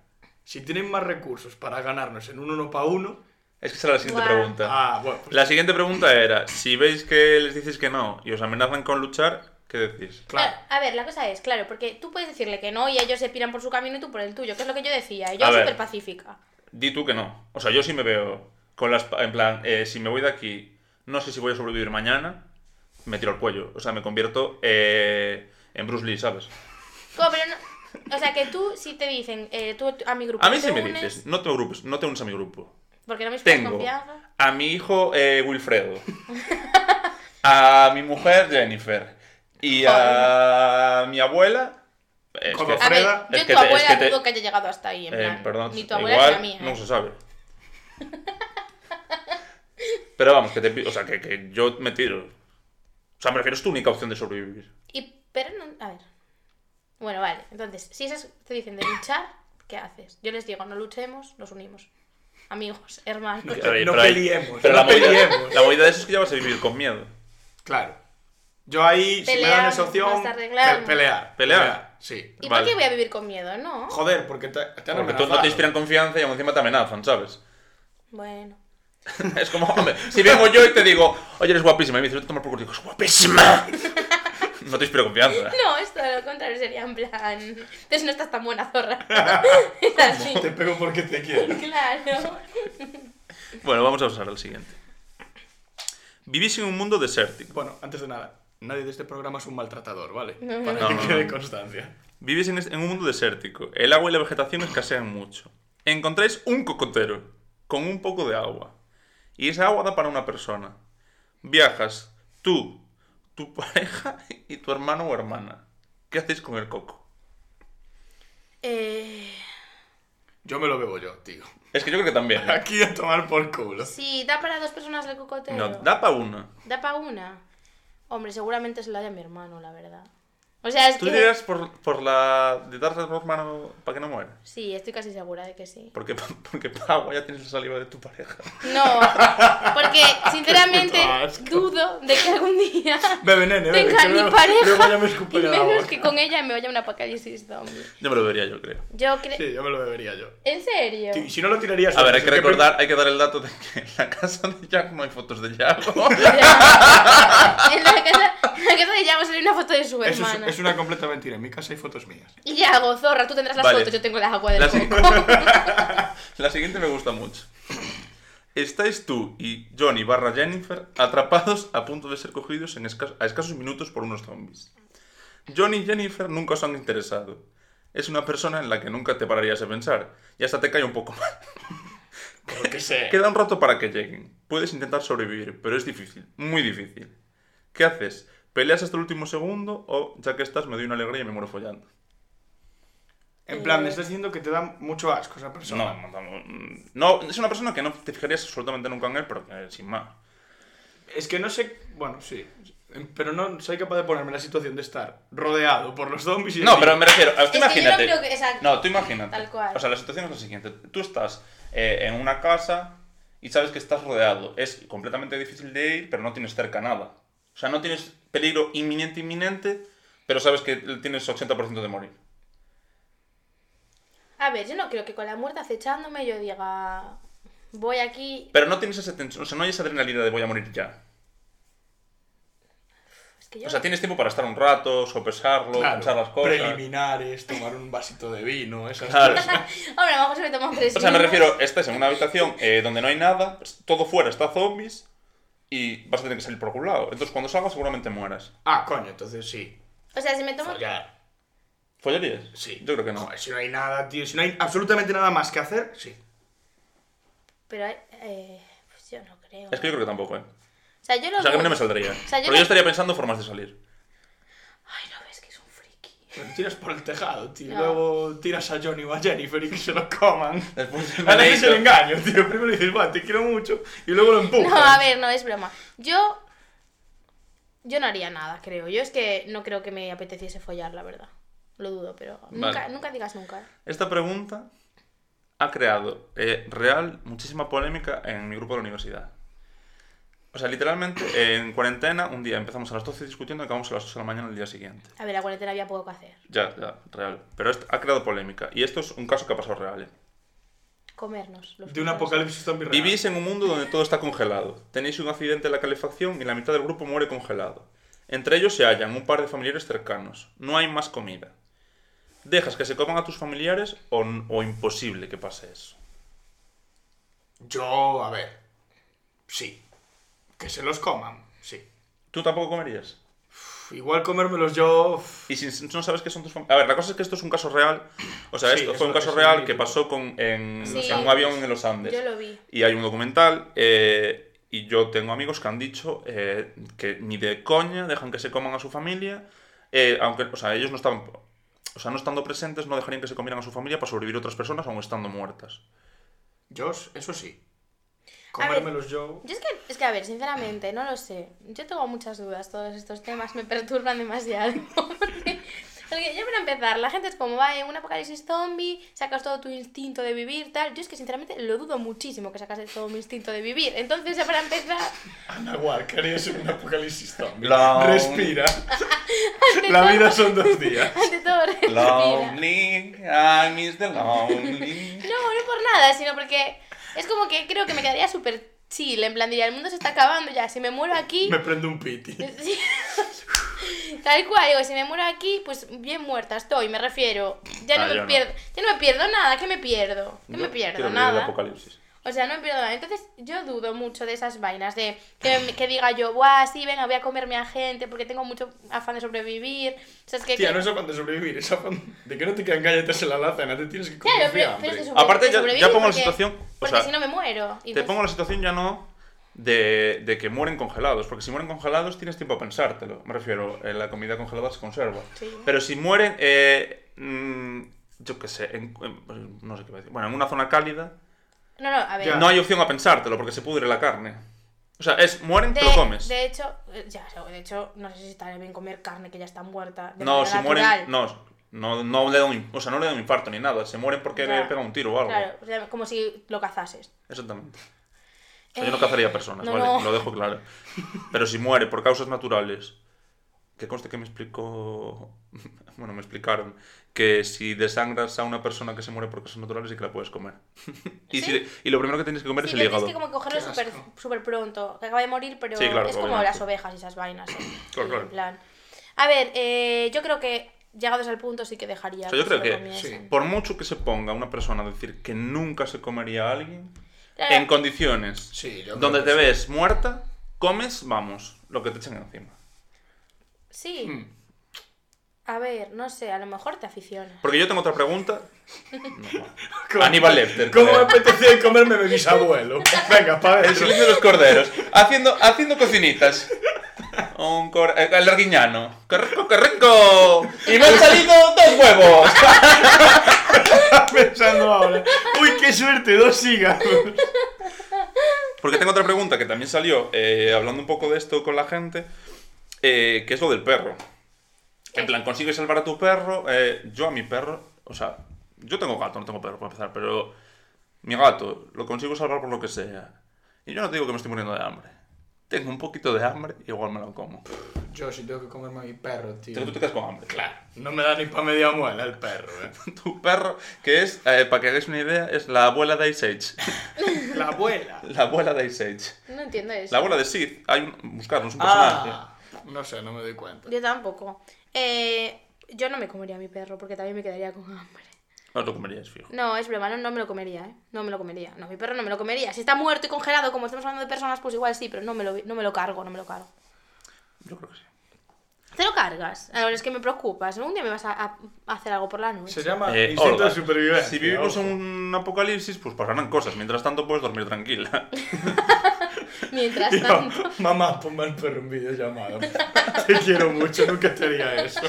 Speaker 4: Si tienen más recursos para ganarnos en un uno para uno.
Speaker 1: Es que esa era la siguiente
Speaker 2: Guau.
Speaker 1: pregunta.
Speaker 4: Ah, bueno. pues
Speaker 1: La siguiente pregunta era: si veis que les dices que no y os amenazan con luchar, ¿qué decís?
Speaker 4: claro.
Speaker 2: A ver, la cosa es, claro, porque tú puedes decirle que no y ellos se piran por su camino y tú por el tuyo, que es lo que yo decía. Y yo
Speaker 1: A ver.
Speaker 2: súper pacífica.
Speaker 1: Di tú que no. O sea, yo sí me veo con las. pa- En plan, eh, si me voy de aquí, no sé si voy a sobrevivir mañana, me tiro al cuello. O sea, me convierto eh, en Bruce Lee, ¿sabes?
Speaker 2: Como, pero no... O sea, que tú si te dicen, eh, tú a mi grupo
Speaker 1: A
Speaker 2: no
Speaker 1: mí
Speaker 2: te
Speaker 1: sí me
Speaker 2: unes
Speaker 1: dices: no te, grupes, no te unes a mi grupo.
Speaker 2: Porque no me inspiras
Speaker 1: Tengo
Speaker 2: confianza.
Speaker 1: a mi hijo eh, Wilfredo, a mi mujer Jennifer y a mi abuela. Es
Speaker 4: Como
Speaker 2: A
Speaker 1: que,
Speaker 2: ver,
Speaker 4: Freda,
Speaker 2: yo
Speaker 1: es
Speaker 2: tu
Speaker 1: que te- es
Speaker 2: abuela
Speaker 1: que te-
Speaker 2: dudo que haya llegado hasta ahí, en
Speaker 1: eh,
Speaker 2: plan.
Speaker 1: perdón,
Speaker 2: ni tu abuela
Speaker 1: igual
Speaker 2: ni la mía.
Speaker 1: no
Speaker 2: ¿eh?
Speaker 1: se sabe. Pero vamos, que te pi- o sea, que, que yo me tiro. O sea, me refiero, es tu única opción de sobrevivir.
Speaker 2: Y, pero no, a ver. Bueno, vale. Entonces, si esas te dicen de luchar, ¿qué haces? Yo les digo, no luchemos, nos unimos. Amigos, hermanos.
Speaker 4: te- no peleemos,
Speaker 1: pero
Speaker 4: no
Speaker 1: la, movida,
Speaker 4: peleemos.
Speaker 1: la movida de eso es que ya vas a vivir con miedo.
Speaker 4: Claro. Yo ahí, si me dan
Speaker 2: Peleamos,
Speaker 4: esa opción.
Speaker 2: nos arreglamos.
Speaker 4: pe- pelear.
Speaker 1: Pelear.
Speaker 4: Sí.
Speaker 2: ¿Y por
Speaker 1: vale.
Speaker 2: qué voy a vivir con miedo? No.
Speaker 4: Joder, porque te, te han
Speaker 1: Porque tú no
Speaker 4: amenazado.
Speaker 1: te inspiran confianza y aún encima te amenazan, ¿sabes?
Speaker 2: Bueno.
Speaker 1: Es como, hombre, si vengo yo y te digo, oye, eres guapísima, y me dices, "Vete a tomar por culo, digo, es guapísima. No te inspiro confianza.
Speaker 2: No, esto lo contrario sería en plan. Entonces no estás tan buena zorra. es así.
Speaker 4: Te pego porque te quiero.
Speaker 2: Claro.
Speaker 1: Bueno, vamos a pasar al siguiente. Vivís en un mundo desértico.
Speaker 4: Bueno, antes de nada, nadie de este programa es un maltratador, ¿vale?
Speaker 2: No, no,
Speaker 4: Para
Speaker 1: no.
Speaker 4: que
Speaker 1: No, no,
Speaker 4: quede
Speaker 1: no.
Speaker 4: constancia.
Speaker 1: Vivís en, es- en un mundo desértico. El agua y la vegetación escasean mucho. Encontráis un cocotero con un poco de agua. Y esa agua da para una persona. Viajas tú, tu pareja y tu hermano o hermana. ¿Qué hacéis con el coco?
Speaker 2: Eh,
Speaker 4: Yo me lo bebo yo, tío.
Speaker 1: Es que yo creo que también. ¿eh?
Speaker 4: Aquí a tomar por culo.
Speaker 2: sí, da para dos personas el cocoteo.
Speaker 1: No, da para una.
Speaker 2: Da para una. Hombre, seguramente es la de mi hermano, la verdad. O sea, es
Speaker 1: ¿Tú
Speaker 2: que.
Speaker 1: dirías por, por la de darle a tu hermano para que no muera?
Speaker 2: Sí, estoy casi segura de que sí.
Speaker 1: Porque, porque Pau, ya tienes la saliva de tu pareja.
Speaker 2: No, porque sinceramente
Speaker 4: Qué puto asco.
Speaker 2: dudo de que algún día
Speaker 4: Bebe, nene, bebe.
Speaker 2: tenga
Speaker 4: que
Speaker 2: mi
Speaker 4: luego- Luego ya
Speaker 2: pareja
Speaker 4: me
Speaker 2: y
Speaker 4: escupe la
Speaker 2: menos
Speaker 4: boca.
Speaker 2: que con ella me vaya un apocalipsis zombie.
Speaker 1: Yo me lo vería, yo creo.
Speaker 2: Yo creo...
Speaker 4: Sí, yo me lo bebería yo.
Speaker 2: ¿En serio?
Speaker 4: Tío, y si no lo tirarías...
Speaker 1: A ver, hay
Speaker 4: es
Speaker 1: que recordar, hay que dar el dato de que en la casa de Jack no hay fotos de Jack.
Speaker 2: Ya. En la casa, en la casa de Yago salió una foto de su
Speaker 4: Eso es,
Speaker 2: hermana.
Speaker 4: es una completa mentira. En mi casa hay fotos mías.
Speaker 2: Y Yago, zorra, tú tendrás las
Speaker 1: Vale.
Speaker 2: fotos, yo tengo las agua del
Speaker 1: La, si-
Speaker 2: coco.
Speaker 1: la siguiente me gusta mucho. Estáis tú y Johnny barra Jennifer atrapados a punto de ser cogidos en escas- a escasos minutos por unos zombies. Johnny y Jennifer nunca os han interesado. Es una persona en la que nunca te pararías a pensar y hasta te cae un poco mal.
Speaker 4: Por lo que sé.
Speaker 1: Queda un rato para que lleguen. Puedes intentar sobrevivir, pero es difícil, muy difícil. ¿Qué haces? ¿Peleas hasta el último segundo o, ya que estás, me doy una alegría y me muero follando?
Speaker 3: En plan, me estás diciendo que te da mucho asco esa persona.
Speaker 1: No, no, no, no, es una persona que no te fijarías absolutamente nunca en él, pero que, sin más.
Speaker 3: Es que no sé. Bueno, sí.
Speaker 4: Em, Pero no soy capaz de ponerme en la situación de estar rodeado por los zombies y
Speaker 1: No,
Speaker 4: decir,
Speaker 1: pero me refiero. a- Tú
Speaker 2: Es que yo no
Speaker 1: imagínate.
Speaker 2: creo que- exacto.
Speaker 1: No, tú imagínate.
Speaker 2: Tal cual.
Speaker 1: O sea, la situación es la siguiente. Tú estás eh, en una casa y sabes que estás rodeado. Es completamente difícil de ir, pero no tienes cerca nada. O sea, no tienes peligro inminente, inminente, pero sabes que tienes 80% de morir.
Speaker 2: A ver, yo no creo que con la muerte acechándome yo diga. Voy aquí.
Speaker 1: Pero no tienes esa tensión. O sea, no hay esa adrenalina de voy a morir ya.
Speaker 2: Es que yo
Speaker 1: O sea, tienes tiempo para estar un rato, sopesarlo,
Speaker 4: claro,
Speaker 1: pensar las cosas.
Speaker 4: preliminares, tomar un vasito de vino, esas
Speaker 1: Claro.
Speaker 4: cosas.
Speaker 2: Hombre, a lo mejor se me toman tres.
Speaker 1: O sea, me
Speaker 2: vinos.
Speaker 1: refiero, estás en una habitación eh, donde no hay nada, pues, todo fuera está zombies y vas a tener que salir por algún lado. Entonces, cuando salgas, seguramente mueras.
Speaker 3: Ah, coño, entonces sí.
Speaker 2: O sea, si me tomo.
Speaker 3: Follar.
Speaker 1: ¿Follarías?
Speaker 3: Sí.
Speaker 1: Yo creo que no.
Speaker 3: Joder, si no hay nada, tío. Si no hay absolutamente nada más que hacer, sí.
Speaker 2: Pero. Eh, pues yo no creo.
Speaker 1: Es que yo creo que tampoco, ¿eh?
Speaker 2: O sea, yo lo.
Speaker 1: O sea, que a mí no me
Speaker 2: dudo.
Speaker 1: saldría.
Speaker 2: sea, yo
Speaker 1: Pero
Speaker 2: no-
Speaker 1: yo estaría pensando formas de salir.
Speaker 2: Ay, no ves que es un friki.
Speaker 4: Pero tiras por el tejado, tío.
Speaker 2: No.
Speaker 4: Luego tiras a Johnny o a Jennifer y que se lo coman.
Speaker 1: Después
Speaker 4: A la que se le engaño, tío. Primero dices, va, te quiero mucho. Y luego lo empujas.
Speaker 2: No, a ver, no, es broma. Yo. Yo no haría nada, creo. Yo es que no creo que me apeteciese follar, la verdad. Lo dudo, pero. Nunca,
Speaker 1: Vale.
Speaker 2: nunca digas nunca. ¿eh?
Speaker 1: Esta pregunta ha creado eh, real muchísima polémica en mi grupo de la universidad. O sea, literalmente, eh, en cuarentena, un día empezamos a las 12 discutiendo y acabamos a las 8 de la mañana el día siguiente.
Speaker 2: A ver, la cuarentena había poco que hacer.
Speaker 1: Ya, ya, real. Pero esto ha creado polémica. Y esto es un caso que ha pasado real. ¿eh?
Speaker 2: Comernos. Los
Speaker 4: De un
Speaker 2: unos.
Speaker 4: apocalipsis zombie real.
Speaker 1: Vivís en un mundo donde todo está congelado. Tenéis un accidente en la calefacción y la mitad del grupo muere congelado. Entre ellos se hallan un par de familiares cercanos. No hay más comida. ¿Dejas que se coman a tus familiares o, n- o imposible que pase eso?
Speaker 3: Yo, a ver. Sí. Que se los coman, sí.
Speaker 1: ¿Tú tampoco comerías?
Speaker 4: Uf, Igual comérmelos yo. uf.
Speaker 1: Y si s- no sabes qué son tus familiares... A ver, la cosa es que esto es un caso real. O sea,
Speaker 4: Sí,
Speaker 1: esto
Speaker 4: es
Speaker 1: fue un
Speaker 4: lo-
Speaker 1: caso
Speaker 4: es
Speaker 1: real
Speaker 4: un
Speaker 1: que
Speaker 4: mito.
Speaker 1: pasó con, en,
Speaker 2: Sí.
Speaker 1: en un avión en los Andes.
Speaker 2: Yo lo vi.
Speaker 1: Y hay un documental eh, y yo tengo amigos que han dicho eh, que ni de coña dejan que se coman a su familia, eh, aunque, o sea, ellos no estaban, o sea, no estando presentes no dejarían que se comieran a su familia para sobrevivir otras personas aun estando muertas.
Speaker 3: Yo, eso sí.
Speaker 2: A ver,
Speaker 4: Comérmelos yo.
Speaker 2: Yo es que, es que, a ver, sinceramente, no lo sé. Yo tengo muchas dudas, todos estos temas me perturban demasiado. Porque, porque ya para empezar, la gente es como, va, en un apocalipsis zombie, sacas todo tu instinto de vivir, tal. Yo es que, sinceramente, lo dudo muchísimo que sacas todo mi instinto de vivir. Entonces, ya para empezar,
Speaker 4: Ana Walker es un apocalipsis zombie.
Speaker 1: La-
Speaker 4: Respira. la vida son dos días.
Speaker 2: ante todo, respira.
Speaker 1: Lonely, I miss the lonely.
Speaker 2: No, no por nada, sino porque es como que creo que me quedaría súper chill. En plan, diría, el mundo se está acabando ya, si me muero aquí...
Speaker 4: Me prendo un piti.
Speaker 2: Sí. Tal cual, digo, si me muero aquí, pues bien muerta estoy, me refiero. Ya no,
Speaker 1: Ah,
Speaker 2: me
Speaker 1: yo no.
Speaker 2: Pierdo, ya no me pierdo nada, ¿qué me pierdo? ¿Qué
Speaker 1: Yo
Speaker 2: me
Speaker 1: quiero
Speaker 2: pierdo?
Speaker 1: vivir el
Speaker 2: Nada.
Speaker 1: apocalipsis.
Speaker 2: O sea, no me pierdo nada. Entonces, yo dudo mucho de esas vainas, de que, me- que diga yo, guau, sí, venga, voy a comerme a gente porque tengo mucho afán de sobrevivir. O sea, es que.
Speaker 4: Tía,
Speaker 2: que-
Speaker 4: no es afán de sobrevivir, es afán de que no te quedan galletas en la alacena, te tienes que comer
Speaker 2: Claro, pero,
Speaker 4: fiambre.
Speaker 2: pero es que sobre-
Speaker 1: Aparte,
Speaker 2: que
Speaker 1: ya- ya
Speaker 2: sobrevivo
Speaker 1: pongo la
Speaker 2: porque-
Speaker 1: situación, o
Speaker 2: Porque
Speaker 1: sea,
Speaker 2: si no me muero. Y
Speaker 1: Te
Speaker 2: entonces-
Speaker 1: pongo la situación ya no de, de que mueren congelados, porque si mueren congelados tienes tiempo a pensártelo. Me refiero, eh, la comida congelada se conserva.
Speaker 2: Sí.
Speaker 1: Pero si mueren, eh, mm, yo qué sé, en- en- no sé qué iba a decir. Bueno, en una zona cálida,
Speaker 2: No, no, a ver.
Speaker 4: Ya.
Speaker 1: no hay opción a pensártelo porque se pudre la carne. O sea, es mueren,
Speaker 2: De,
Speaker 1: te lo comes.
Speaker 2: de hecho, eh, ya, de hecho, no sé si estaría bien comer carne que ya está muerta. de
Speaker 1: no,
Speaker 2: manera
Speaker 1: si mueren,
Speaker 2: natural.
Speaker 1: no, no, no le da un, in- o sea, no le da un infarto ni nada. Se mueren porque
Speaker 2: Ya.
Speaker 1: le pega un tiro o algo.
Speaker 2: Claro, o sea, como si lo cazases. Eh,
Speaker 1: Exactamente. O sea, yo no cazaría personas,
Speaker 2: no,
Speaker 1: vale,
Speaker 2: no.
Speaker 1: lo dejo claro. Pero si muere por causas naturales, que conste que me explicó, bueno, me explicaron que si desangras a una persona que se muere por causas naturales y que la puedes comer. y, si- y lo primero que tienes que comer
Speaker 2: Sí,
Speaker 1: es el
Speaker 2: pero
Speaker 1: hígado.
Speaker 2: tienes que como cogerlo
Speaker 4: Qué
Speaker 2: súper
Speaker 4: asco.
Speaker 2: super pronto, que acaba de morir, pero
Speaker 1: Sí, claro,
Speaker 2: es como
Speaker 1: obviamente.
Speaker 2: las ovejas y esas vainas. ¿eh?
Speaker 1: Claro,
Speaker 2: Y
Speaker 1: claro.
Speaker 2: en plan. A ver, eh, yo creo que llegados al punto sí que dejaría.
Speaker 1: O sea, yo
Speaker 2: se
Speaker 1: creo
Speaker 2: lo
Speaker 1: que
Speaker 2: comiesen.
Speaker 1: Por mucho que se ponga una persona a decir que nunca se comería a alguien,
Speaker 2: Claro.
Speaker 1: en condiciones
Speaker 3: Sí, yo creo
Speaker 1: donde
Speaker 3: que
Speaker 1: te
Speaker 3: sí.
Speaker 1: ves muerta, comes, vamos, lo que te echen encima.
Speaker 2: Sí.
Speaker 4: Hmm.
Speaker 2: A ver, no sé, a lo mejor te aficionas.
Speaker 1: Porque yo tengo otra pregunta. No,
Speaker 4: ¿Cómo-
Speaker 1: Aníbal Lecter,
Speaker 4: ¿Cómo me
Speaker 1: joder.
Speaker 4: apetecía comerme a mi bisabuelo? Venga, pa'
Speaker 1: El
Speaker 4: dentro.
Speaker 1: silencio de los corderos. Haciendo, haciendo cocinitas. Un cor... eh, El arguiñano. ¡Qué rico, qué rico! ¡Y me han salido dos huevos!
Speaker 3: Pensando ahora. Uy, qué suerte, dos sigas.
Speaker 1: Porque tengo otra pregunta que también salió eh, hablando un poco de esto con la gente, eh, que es lo del perro. En plan, consigues salvar a tu perro. eh, yo a mi perro, o sea, yo tengo gato, no tengo perro para empezar, pero mi gato lo consigo salvar por lo que sea. Y yo no te digo que me estoy muriendo de hambre. Tengo un poquito de hambre, igual me lo como.
Speaker 5: Yo si tengo que comerme a mi perro, tío.
Speaker 1: Pero tú te quedas con hambre. Claro.
Speaker 3: No me da ni pa' media muela el perro, eh.
Speaker 1: Tu perro, que es, eh, para que hagáis una idea, es la abuela de Ice Age.
Speaker 4: La abuela.
Speaker 1: La abuela de Ice Age.
Speaker 2: No entiendo eso.
Speaker 1: La abuela de Sid. Hay un, buscarnos un personaje.
Speaker 4: Ah,
Speaker 5: No sé, no me doy cuenta.
Speaker 2: Yo tampoco. Eh, yo no me comería a mi perro porque también me quedaría con hambre.
Speaker 1: No te lo comerías, fijo.
Speaker 2: No, es broma, no, no me lo comería, ¿eh? No me lo comería. No, mi perro no me lo comería. Si está muerto y congelado, como estamos hablando de personas, pues igual sí, pero no me lo, no me lo cargo, no me lo cargo.
Speaker 1: Yo creo que sí.
Speaker 2: ¿Te lo cargas? Ahora es que me preocupas. Un día me vas a, a- a hacer algo por la noche.
Speaker 4: se llama
Speaker 1: Eh,
Speaker 3: Ah, Instinto
Speaker 1: Olga,
Speaker 3: de supervivencia.
Speaker 1: Si vivimos en
Speaker 3: ojo.
Speaker 1: un apocalipsis, pues pasarán cosas. Mientras tanto, puedes dormir tranquila.
Speaker 2: Mientras
Speaker 3: Tío,
Speaker 2: tanto.
Speaker 3: mamá, ponme al perro en videollamada. Te quiero mucho, nunca te haría eso.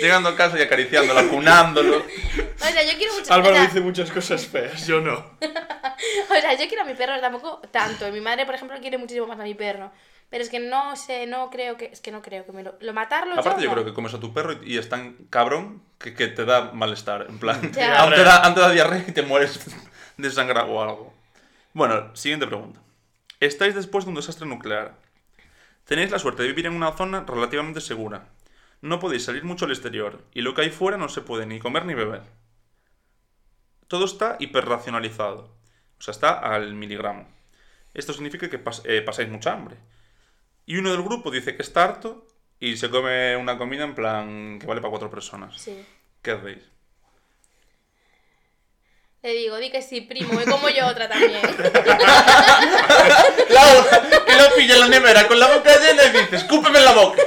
Speaker 1: Llegando a casa y acariciándolo, cunándolo.
Speaker 2: O sea, yo quiero mucho. o
Speaker 3: Álvaro
Speaker 2: sea,
Speaker 3: dice muchas cosas feas, yo no.
Speaker 2: O sea, yo quiero a mi perro tampoco tanto. Mi madre, por ejemplo, quiere muchísimo más a mi perro. Pero es que no sé, no creo que. Es que no creo que me lo. ¿Lo matarlo
Speaker 1: Aparte, yo
Speaker 2: no.
Speaker 1: creo que comes a tu perro y y es tan cabrón que, que te da malestar. En plan,
Speaker 2: Ya.
Speaker 1: aún te, da, aún te da diarrea y te mueres desangrado o algo. Bueno, siguiente pregunta. Estáis después de un desastre nuclear. Tenéis la suerte de vivir en una zona relativamente segura. No podéis salir mucho al exterior y lo que hay fuera no se puede ni comer ni beber. Todo está hiperracionalizado. O sea, está al miligramo. Esto significa que pas- eh, pasáis mucha hambre. Y uno del grupo dice que está harto y se come una comida en plan que vale para cuatro personas.
Speaker 2: Sí.
Speaker 1: ¿Qué hacéis?
Speaker 2: Le digo, di que sí, primo, me como yo otra también.
Speaker 1: ¡Laura! Que lo pilla en la nevera con la boca llena y dice ¡Escúpeme en la boca!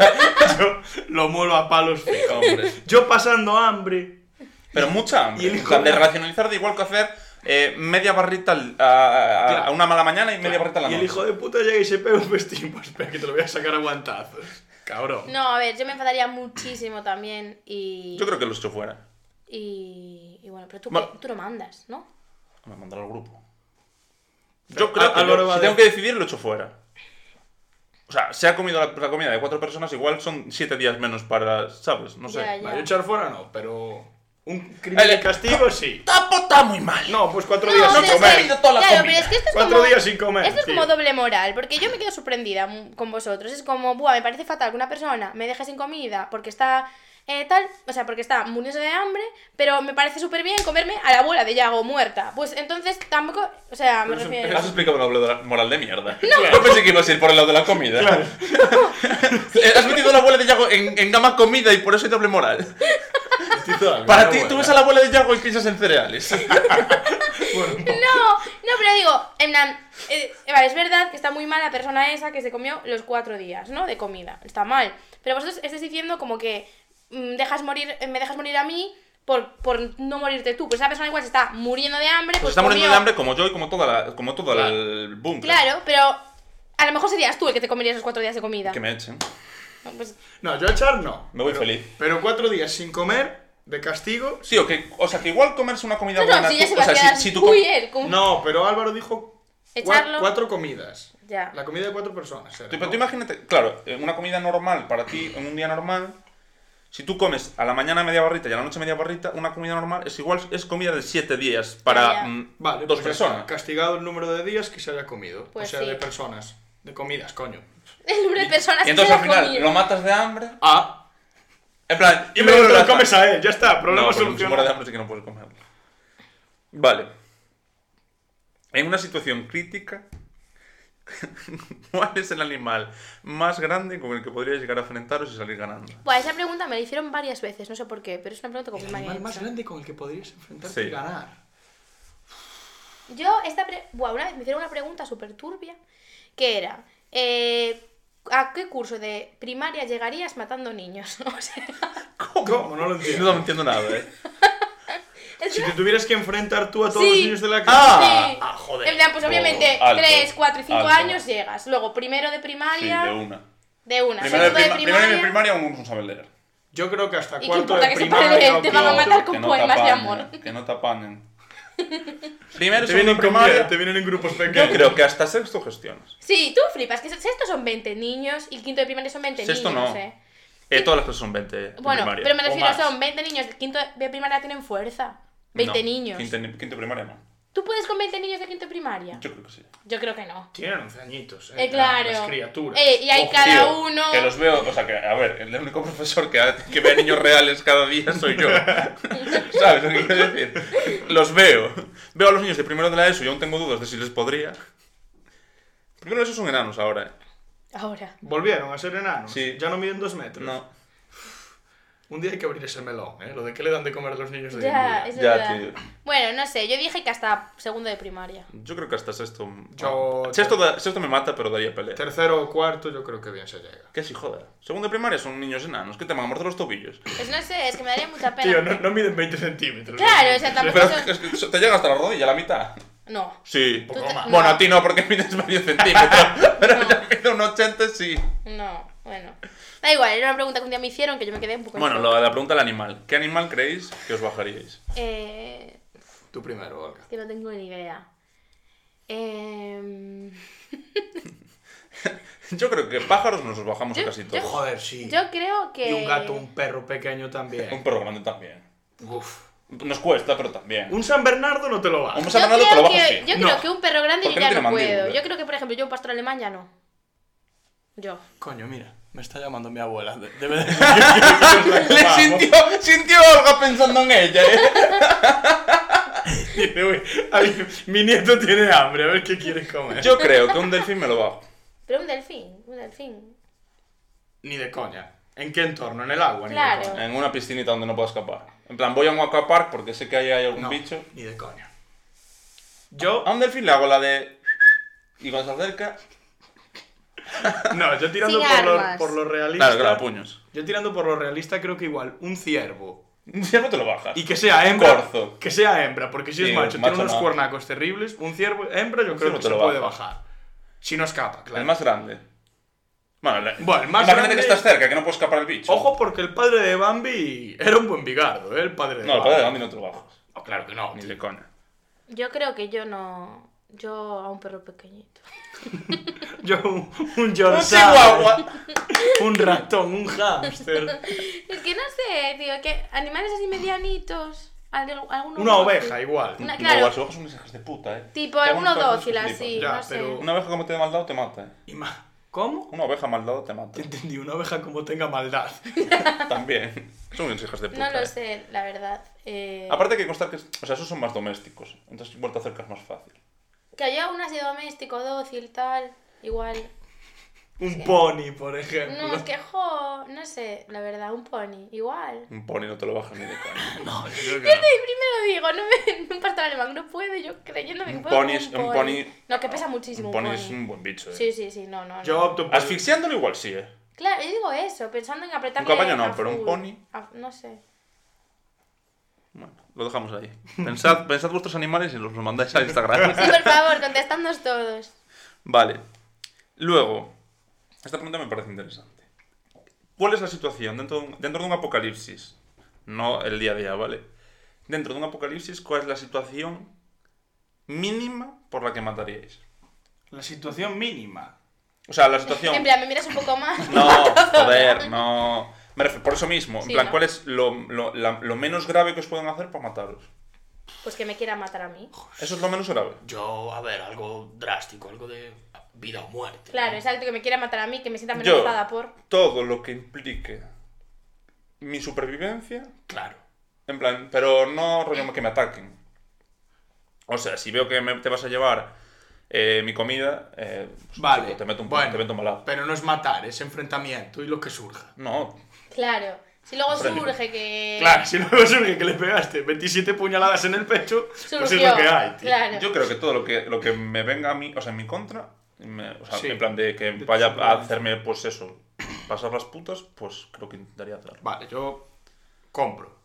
Speaker 3: Yo lo muelo a palos fijo.
Speaker 1: Hombre.
Speaker 4: yo pasando hambre.
Speaker 1: Pero mucha hambre.
Speaker 4: Y el
Speaker 1: En
Speaker 4: hijo
Speaker 1: plan, de
Speaker 4: de-
Speaker 1: racionalizar de igual que hacer eh, media barrita al- a, a- a
Speaker 4: Claro.
Speaker 1: una mala mañana y media barrita a la
Speaker 4: y
Speaker 1: noche.
Speaker 4: el hijo de puta llega y se pega un
Speaker 3: Festín, pues espera que te lo voy a sacar a guantazos. Cabrón.
Speaker 2: No, a ver, yo me enfadaría muchísimo también y.
Speaker 1: Yo creo que lo echo fuera.
Speaker 2: Y, y bueno, pero tú,
Speaker 1: Bueno.
Speaker 2: qué- tú lo mandas, ¿no?
Speaker 1: Me mandará al grupo. Yo creo
Speaker 3: Al-
Speaker 1: que
Speaker 3: Álvaro
Speaker 1: yo,
Speaker 3: va
Speaker 1: si
Speaker 3: de-
Speaker 1: tengo que decidir, lo echo fuera. O sea, se ha comido la, la comida de cuatro personas, igual son siete días menos para, ¿sabes? No sé.
Speaker 2: Ya, ya.
Speaker 3: Vale, yo echar fuera no, pero un crimen
Speaker 1: Vale.
Speaker 3: de castigo sí.
Speaker 1: Tapo está muy mal.
Speaker 3: No, pues cuatro
Speaker 2: No,
Speaker 3: días
Speaker 2: pero
Speaker 3: sin
Speaker 2: es que-
Speaker 3: comer.
Speaker 1: comido toda la
Speaker 2: claro,
Speaker 1: comida.
Speaker 2: pero es que esto es
Speaker 3: Cuatro
Speaker 2: como,
Speaker 3: días sin comer,
Speaker 2: Esto es
Speaker 3: tío.
Speaker 2: como doble moral, porque yo me quedo sorprendida mm, con vosotros. Es como, buah, me parece fatal que una persona me deje sin comida porque está eh, tal, o sea, porque está muriéndose de hambre, pero me parece súper bien comerme a la abuela de Yago muerta. Pues entonces tampoco, o sea, me
Speaker 3: Pero eso-
Speaker 2: refiero.
Speaker 1: Has explicado la bola- moral de mierda. Yo pensé que ibas a ir por el lado de la comida. Eh, Has metido a la abuela de Yago en, en gama comida y por eso hay doble moral. Para ti, tú ves a la abuela de Yago y piensas en cereales.
Speaker 2: No, no, pero digo, en plan, eh, vale, es verdad que está muy mal la persona esa que se comió los cuatro días, ¿no? De comida, está mal. Pero vosotros estáis diciendo como que mm, dejas morir, eh, me dejas morir a mí por, por no morirte tú. Pues esa persona igual se está muriendo de hambre.
Speaker 1: Pues
Speaker 2: Pues
Speaker 1: está muriendo
Speaker 2: comió-
Speaker 1: de hambre como yo y como, toda la, como todo el boom.
Speaker 2: Claro, pero a lo mejor serías tú el que te comerías los cuatro días de comida.
Speaker 1: Que me echen.
Speaker 2: Pues,
Speaker 3: No, yo echar no.
Speaker 1: Me voy
Speaker 3: Pero-
Speaker 1: feliz.
Speaker 3: Pero cuatro días sin comer, de castigo.
Speaker 1: Sí, o, que, o sea, que igual comerse una comida
Speaker 2: no,
Speaker 1: buena.
Speaker 2: no, si ya
Speaker 1: tú-
Speaker 2: se va
Speaker 1: o sea,
Speaker 2: a quedar
Speaker 1: si, si tú
Speaker 2: muy
Speaker 1: com-
Speaker 2: él. como-
Speaker 3: No, pero Álvaro dijo cua-
Speaker 2: Echarlo.
Speaker 3: cuatro comidas.
Speaker 2: Ya.
Speaker 3: La comida de cuatro personas. era,
Speaker 1: Tú- Pero
Speaker 3: ¿no?
Speaker 1: tú imagínate, claro, en una comida normal para ti, en un día normal, si tú comes a la mañana media barrita y a la noche media barrita, una comida normal es igual, es comida de 7 días para
Speaker 2: Ya, ya.
Speaker 1: mm,
Speaker 3: Vale,
Speaker 1: dos
Speaker 3: pues ya está.
Speaker 1: personas.
Speaker 3: Castigado el número de días que se haya comido.
Speaker 2: Pues
Speaker 3: o sea,
Speaker 2: sí.
Speaker 3: de personas. De comidas, coño.
Speaker 2: El número de personas
Speaker 1: Y
Speaker 2: que
Speaker 1: entonces
Speaker 2: se
Speaker 1: al
Speaker 2: la
Speaker 1: final
Speaker 2: comían.
Speaker 1: lo matas de hambre.
Speaker 3: Ah.
Speaker 1: En plan,
Speaker 3: Y luego te
Speaker 1: ya
Speaker 3: lo
Speaker 1: está.
Speaker 3: comes a él, ya está. Problema
Speaker 1: No, pues, porque si muere de
Speaker 3: solucionado.
Speaker 1: hambre sí que no puedes comerlo. Vale. En una situación crítica, ¿cuál es el animal más grande con el que podrías llegar a enfrentaros y salir ganando?
Speaker 2: Buah, esa pregunta me la hicieron varias veces, no sé por qué, pero es una pregunta como
Speaker 4: El
Speaker 2: que me han
Speaker 4: animal
Speaker 2: hecho.
Speaker 4: más grande con el que podrías enfrentarte
Speaker 1: Sí.
Speaker 4: y ganar.
Speaker 2: Yo, esta pre- Buah, una vez me hicieron una pregunta súper turbia, que era, eh, ¿a qué curso de primaria llegarías matando niños? O sea,
Speaker 3: ¿Cómo? No lo
Speaker 1: No
Speaker 3: entiendo.
Speaker 1: entiendo nada, ¿eh?
Speaker 2: Es
Speaker 4: Si
Speaker 2: una-
Speaker 4: te tuvieras que enfrentar tú a todos
Speaker 2: Sí.
Speaker 4: los niños de la clase.
Speaker 1: ¡Ah!
Speaker 2: Sí.
Speaker 1: ah, joder.
Speaker 2: En plan, pues obviamente,
Speaker 1: Oh, alto,
Speaker 2: 3, 4 y 5
Speaker 1: alto.
Speaker 2: años llegas. Luego, primero de
Speaker 1: Sí,
Speaker 2: primaria.
Speaker 1: de una.
Speaker 2: de
Speaker 1: Primero
Speaker 2: una.
Speaker 1: de,
Speaker 2: Segundo de
Speaker 1: prima- primero de
Speaker 2: primaria.
Speaker 1: primaria aún no sabe leer.
Speaker 5: Yo creo que hasta
Speaker 2: ¿Y qué
Speaker 5: cuarto
Speaker 2: importa
Speaker 5: de
Speaker 2: que se pare de-
Speaker 5: primaria. o
Speaker 2: te van a
Speaker 5: quinto.
Speaker 2: matar con poemas de
Speaker 1: apañen,
Speaker 2: amor.
Speaker 1: Que no te apañen. Primero y
Speaker 4: Te
Speaker 1: segundo
Speaker 4: vienen, en
Speaker 1: de
Speaker 4: comidas,
Speaker 1: primaria.
Speaker 4: te vienen en grupos pequeños.
Speaker 1: Yo creo que hasta sexto gestionas.
Speaker 2: Sí, tú flipas, que sexto son 20 niños y quinto de primaria son 20
Speaker 1: Sexto
Speaker 2: niños.
Speaker 1: no.
Speaker 2: eh.
Speaker 1: Eh, todas las cosas son 20 en
Speaker 2: Bueno,
Speaker 1: primaria.
Speaker 2: pero me
Speaker 1: o
Speaker 2: refiero,
Speaker 1: más.
Speaker 2: son 20 niños, de quinto de primaria tienen fuerza. 20
Speaker 1: No,
Speaker 2: niños.
Speaker 1: Quinto, ni- quinto de primaria no.
Speaker 2: ¿Tú puedes con 20 niños de quinto de primaria? Yo,
Speaker 1: Yo creo que sí.
Speaker 2: creo que no.
Speaker 5: Tienen 11 añitos, eh,
Speaker 2: Eh, claro.
Speaker 5: las criaturas.
Speaker 2: Eh, y hay
Speaker 1: Ojo,
Speaker 2: cada
Speaker 1: tío,
Speaker 2: uno.
Speaker 1: Que los veo, o sea, que, a ver, el único profesor que, que ve a niños reales cada día soy yo. ¿Sabes lo que quiero decir? Los veo. Veo a los niños de primero de la ESO y aún tengo dudas de si les podría. Primero esos son enanos ahora, ¿eh?
Speaker 2: Ahora.
Speaker 4: Volvieron a ser enanos.
Speaker 1: Sí.
Speaker 4: Ya no miden dos metros.
Speaker 1: No.
Speaker 5: Un día hay que abrir ese melón, ¿eh? Lo de qué le dan de comer a los niños de hoy en
Speaker 2: Ya,
Speaker 5: día.
Speaker 2: es
Speaker 1: Ya,
Speaker 2: verdad.
Speaker 1: tío.
Speaker 2: Bueno, no sé, yo dije que hasta segundo de primaria.
Speaker 1: Yo creo que hasta sexto. ah,
Speaker 5: Yo-
Speaker 1: Sexto, da- sexto me mata, pero daría pelea.
Speaker 5: Tercero o cuarto yo creo que bien se llega.
Speaker 1: ¿Qué si joda? Segundo de primaria son niños enanos que te van a morder los tobillos.
Speaker 2: Pues no sé, es que me daría mucha pena.
Speaker 5: Tío, no, no miden 20 centímetros.
Speaker 2: Claro, o sea, tampoco
Speaker 1: Pero es que-
Speaker 2: son...
Speaker 1: es que te llega hasta la rodilla, la mitad.
Speaker 2: No.
Speaker 1: Sí.
Speaker 2: Tú te- no,
Speaker 1: Bueno, a ti no, porque mides medio centímetro. Pero yo mido un 80, sí.
Speaker 2: No, bueno. Da igual, era una pregunta que un día me hicieron que yo me quedé un poco... en
Speaker 1: Bueno,
Speaker 2: shock.
Speaker 1: lo- la pregunta del animal. ¿Qué animal creéis que os bajaríais?
Speaker 2: Eh...
Speaker 5: Tú primero, Olga.
Speaker 2: Que no tengo ni idea. Em,
Speaker 1: Yo creo que pájaros nos los bajamos
Speaker 2: Yo-
Speaker 1: a casi
Speaker 2: yo-
Speaker 1: todos.
Speaker 5: Joder, sí.
Speaker 2: Yo creo que...
Speaker 5: Y un gato, un perro pequeño
Speaker 1: Un
Speaker 5: también.
Speaker 1: perro grande también.
Speaker 5: Uf.
Speaker 1: Nos cuesta, pero también.
Speaker 4: Un San Bernardo no te lo va.
Speaker 1: Un
Speaker 2: Yo,
Speaker 1: sanado te lo
Speaker 2: creo
Speaker 1: bajas
Speaker 2: que,
Speaker 1: bien.
Speaker 2: yo
Speaker 4: No.
Speaker 2: creo que un perro grande yo
Speaker 1: Porque no
Speaker 2: ya
Speaker 1: tiene
Speaker 2: no puedo.
Speaker 1: mandíbula.
Speaker 2: Yo creo que, por ejemplo, yo un pastor alemán ya no. Yo.
Speaker 4: Coño, mira, me está llamando mi abuela. De- Debe de...
Speaker 1: Le sintió, sintió a Olga pensando en ella, ¿eh?
Speaker 4: Dice, "Uy, ay, mi nieto tiene hambre, a ver qué quiere comer.
Speaker 1: Yo creo que un delfín me lo bajo.
Speaker 2: Pero un delfín, un delfín.
Speaker 4: Ni de coña. ¿En qué entorno? ¿En el agua?
Speaker 2: Claro.
Speaker 1: En una piscinita donde no puedo escapar. En plan, voy a un aquapark porque sé que ahí hay algún
Speaker 5: No,
Speaker 1: bicho.
Speaker 5: ni de coña.
Speaker 4: Yo,
Speaker 1: A un delfín le hago la de... Y cuando se acerca...
Speaker 4: no, yo tirando
Speaker 2: Sin
Speaker 4: por
Speaker 2: armas.
Speaker 4: lo, por lo realista.
Speaker 1: Claro, claro, puños.
Speaker 4: Yo tirando por lo realista creo que igual un ciervo.
Speaker 1: Ya no te lo bajas.
Speaker 4: Y que sea hembra.
Speaker 1: corzo.
Speaker 4: Que sea hembra, porque si
Speaker 1: Sí,
Speaker 4: es macho,
Speaker 1: macho
Speaker 4: tiene unos
Speaker 1: no.
Speaker 4: cuernacos terribles. Un ciervo hembra yo creo
Speaker 1: ciervo
Speaker 4: que
Speaker 1: te
Speaker 4: se
Speaker 1: lo
Speaker 4: puede
Speaker 1: bajas.
Speaker 4: bajar. Si no escapa, claro.
Speaker 1: El más grande. Bueno, la-
Speaker 4: Bueno, el más
Speaker 1: imagínate
Speaker 4: grande-
Speaker 1: que estás cerca, que no puedo escapar el bicho.
Speaker 4: Ojo porque el padre de Bambi era un buen bigardo, ¿eh? El padre de
Speaker 1: No, el
Speaker 4: Bambi.
Speaker 1: padre de Gandhi no te lo bajas.
Speaker 4: No, claro que no.
Speaker 1: Ni
Speaker 4: tío.
Speaker 1: de coña.
Speaker 2: Yo creo que yo no. Yo a un perro pequeñito.
Speaker 4: Yo un, un Yorkshire, un ratón, un hámster,
Speaker 2: Es que no sé, tío, que animales así medianitos. al- alguno
Speaker 4: una
Speaker 2: dócil.
Speaker 4: oveja igual.
Speaker 2: Una-
Speaker 1: No,
Speaker 2: claro,
Speaker 1: las ovejas son unas hijas de puta, eh.
Speaker 2: tipo
Speaker 1: Te
Speaker 2: alguno
Speaker 1: hago unas cosas
Speaker 2: dócil
Speaker 1: que flipas.
Speaker 2: así,
Speaker 4: Ya,
Speaker 2: no sé.
Speaker 4: pero-
Speaker 1: Una oveja como te dé maldad te mata, eh.
Speaker 4: Y ma- ¿Cómo?
Speaker 1: Una oveja maldado te mata.
Speaker 4: Te entendí, una oveja como tenga maldad.
Speaker 1: También. Son unas hijas de puta.
Speaker 2: No lo
Speaker 1: eh.
Speaker 2: sé, la verdad. Eh,
Speaker 1: Aparte hay que constar que. O sea, esos son más domésticos. Entonces, igual te acercas más fácil.
Speaker 2: Que haya un así doméstico, dócil, tal. Igual.
Speaker 4: Un pony, por ejemplo.
Speaker 2: No, es que jo, no sé, la verdad, un pony, igual.
Speaker 1: Un pony no te lo bajas ni de coña.
Speaker 4: No, yo creo
Speaker 2: Yo
Speaker 4: que
Speaker 2: te- primero digo, no me un pastor alemán, no puedo, yo creyéndome que
Speaker 1: Un
Speaker 2: puedo. con
Speaker 1: pony es. Un pony.
Speaker 2: No, que pesa muchísimo.
Speaker 1: Un pony es un buen bicho, eh.
Speaker 2: Sí, sí, sí, no, no.
Speaker 4: no. Yo
Speaker 2: no.
Speaker 4: opto por...
Speaker 1: Asfixiándolo igual sí, eh.
Speaker 2: Claro, yo digo eso, pensando en apretarle.
Speaker 1: caballo no,
Speaker 2: a
Speaker 1: pero un
Speaker 2: full.
Speaker 1: pony.
Speaker 2: A- no sé.
Speaker 1: Bueno, lo dejamos ahí. Pensad, pensad vuestros animales y los mandáis a Instagram.
Speaker 2: Sí, por favor, contestadnos todos.
Speaker 1: Vale. Luego, esta pregunta me parece interesante. ¿Cuál es la situación dentro de un, dentro de un apocalipsis? No el día a día, ¿vale? Dentro de un apocalipsis, ¿cuál es la situación mínima por la que mataríais?
Speaker 4: La situación mínima.
Speaker 1: O sea, la situación...
Speaker 2: En plan, me miras un poco más.
Speaker 1: No, joder, no... Me refiero- por eso mismo, en
Speaker 2: Sí,
Speaker 1: plan,
Speaker 2: ¿no?
Speaker 1: ¿cuál es lo, lo- la- lo menos grave que os pueden hacer para mataros?
Speaker 2: Pues que me quiera matar a mí.
Speaker 1: Eso es lo menos grave.
Speaker 5: Yo, a ver, algo drástico, algo de vida o muerte.
Speaker 2: Claro, exacto, que me quiera matar a mí, que me sienta
Speaker 1: Yo,
Speaker 2: amenazada por.
Speaker 1: todo lo que implique mi supervivencia,
Speaker 5: Claro.
Speaker 1: En plan, pero no rollo que me ataquen. O sea, si veo que me- te vas a llevar eh, mi comida, eh, pues,
Speaker 5: Vale,
Speaker 1: chico, te meto un
Speaker 5: bueno.
Speaker 1: te meto un balazo.
Speaker 5: Pero no es matar, es enfrentamiento y lo que surja.
Speaker 1: No,
Speaker 2: Claro. Si luego
Speaker 1: Hombre.
Speaker 2: surge que.
Speaker 4: Claro, si luego surge que le pegaste 27 puñaladas en el pecho, pues es
Speaker 2: Surgió,
Speaker 4: lo que hay, tío.
Speaker 2: Claro.
Speaker 1: yo creo que todo lo que, lo que me venga a mí, o sea, en mi contra, me- o sea,
Speaker 4: Sí.
Speaker 1: en plan de que
Speaker 4: tu
Speaker 1: vaya a
Speaker 4: supervivencia.
Speaker 1: hacerme, pues eso, pasar las putas, pues creo que intentaría hacerlo.
Speaker 5: Vale, yo compro.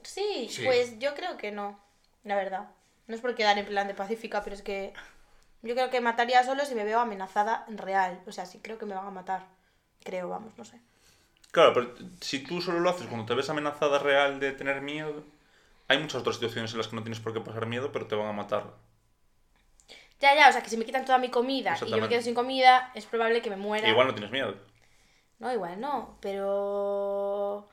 Speaker 2: Sí,
Speaker 5: Sí.
Speaker 2: pues yo creo que no. la verdad. No es por quedar en plan de pacífica, pero es que yo creo que mataría solo si me veo amenazada real. O sea, sí creo que me van a matar. Creo, vamos, no sé.
Speaker 1: Claro, pero si tú solo lo haces cuando te ves amenazada real de tener miedo, hay muchas otras situaciones en las que no tienes por qué pasar miedo, pero te van a matar.
Speaker 2: Ya, ya, o sea, que si me quitan toda mi comida y yo me
Speaker 1: Exactamente.
Speaker 2: quedo sin comida, es probable que me muera.
Speaker 1: E igual no tienes miedo.
Speaker 2: Oh, No, igual no, pero...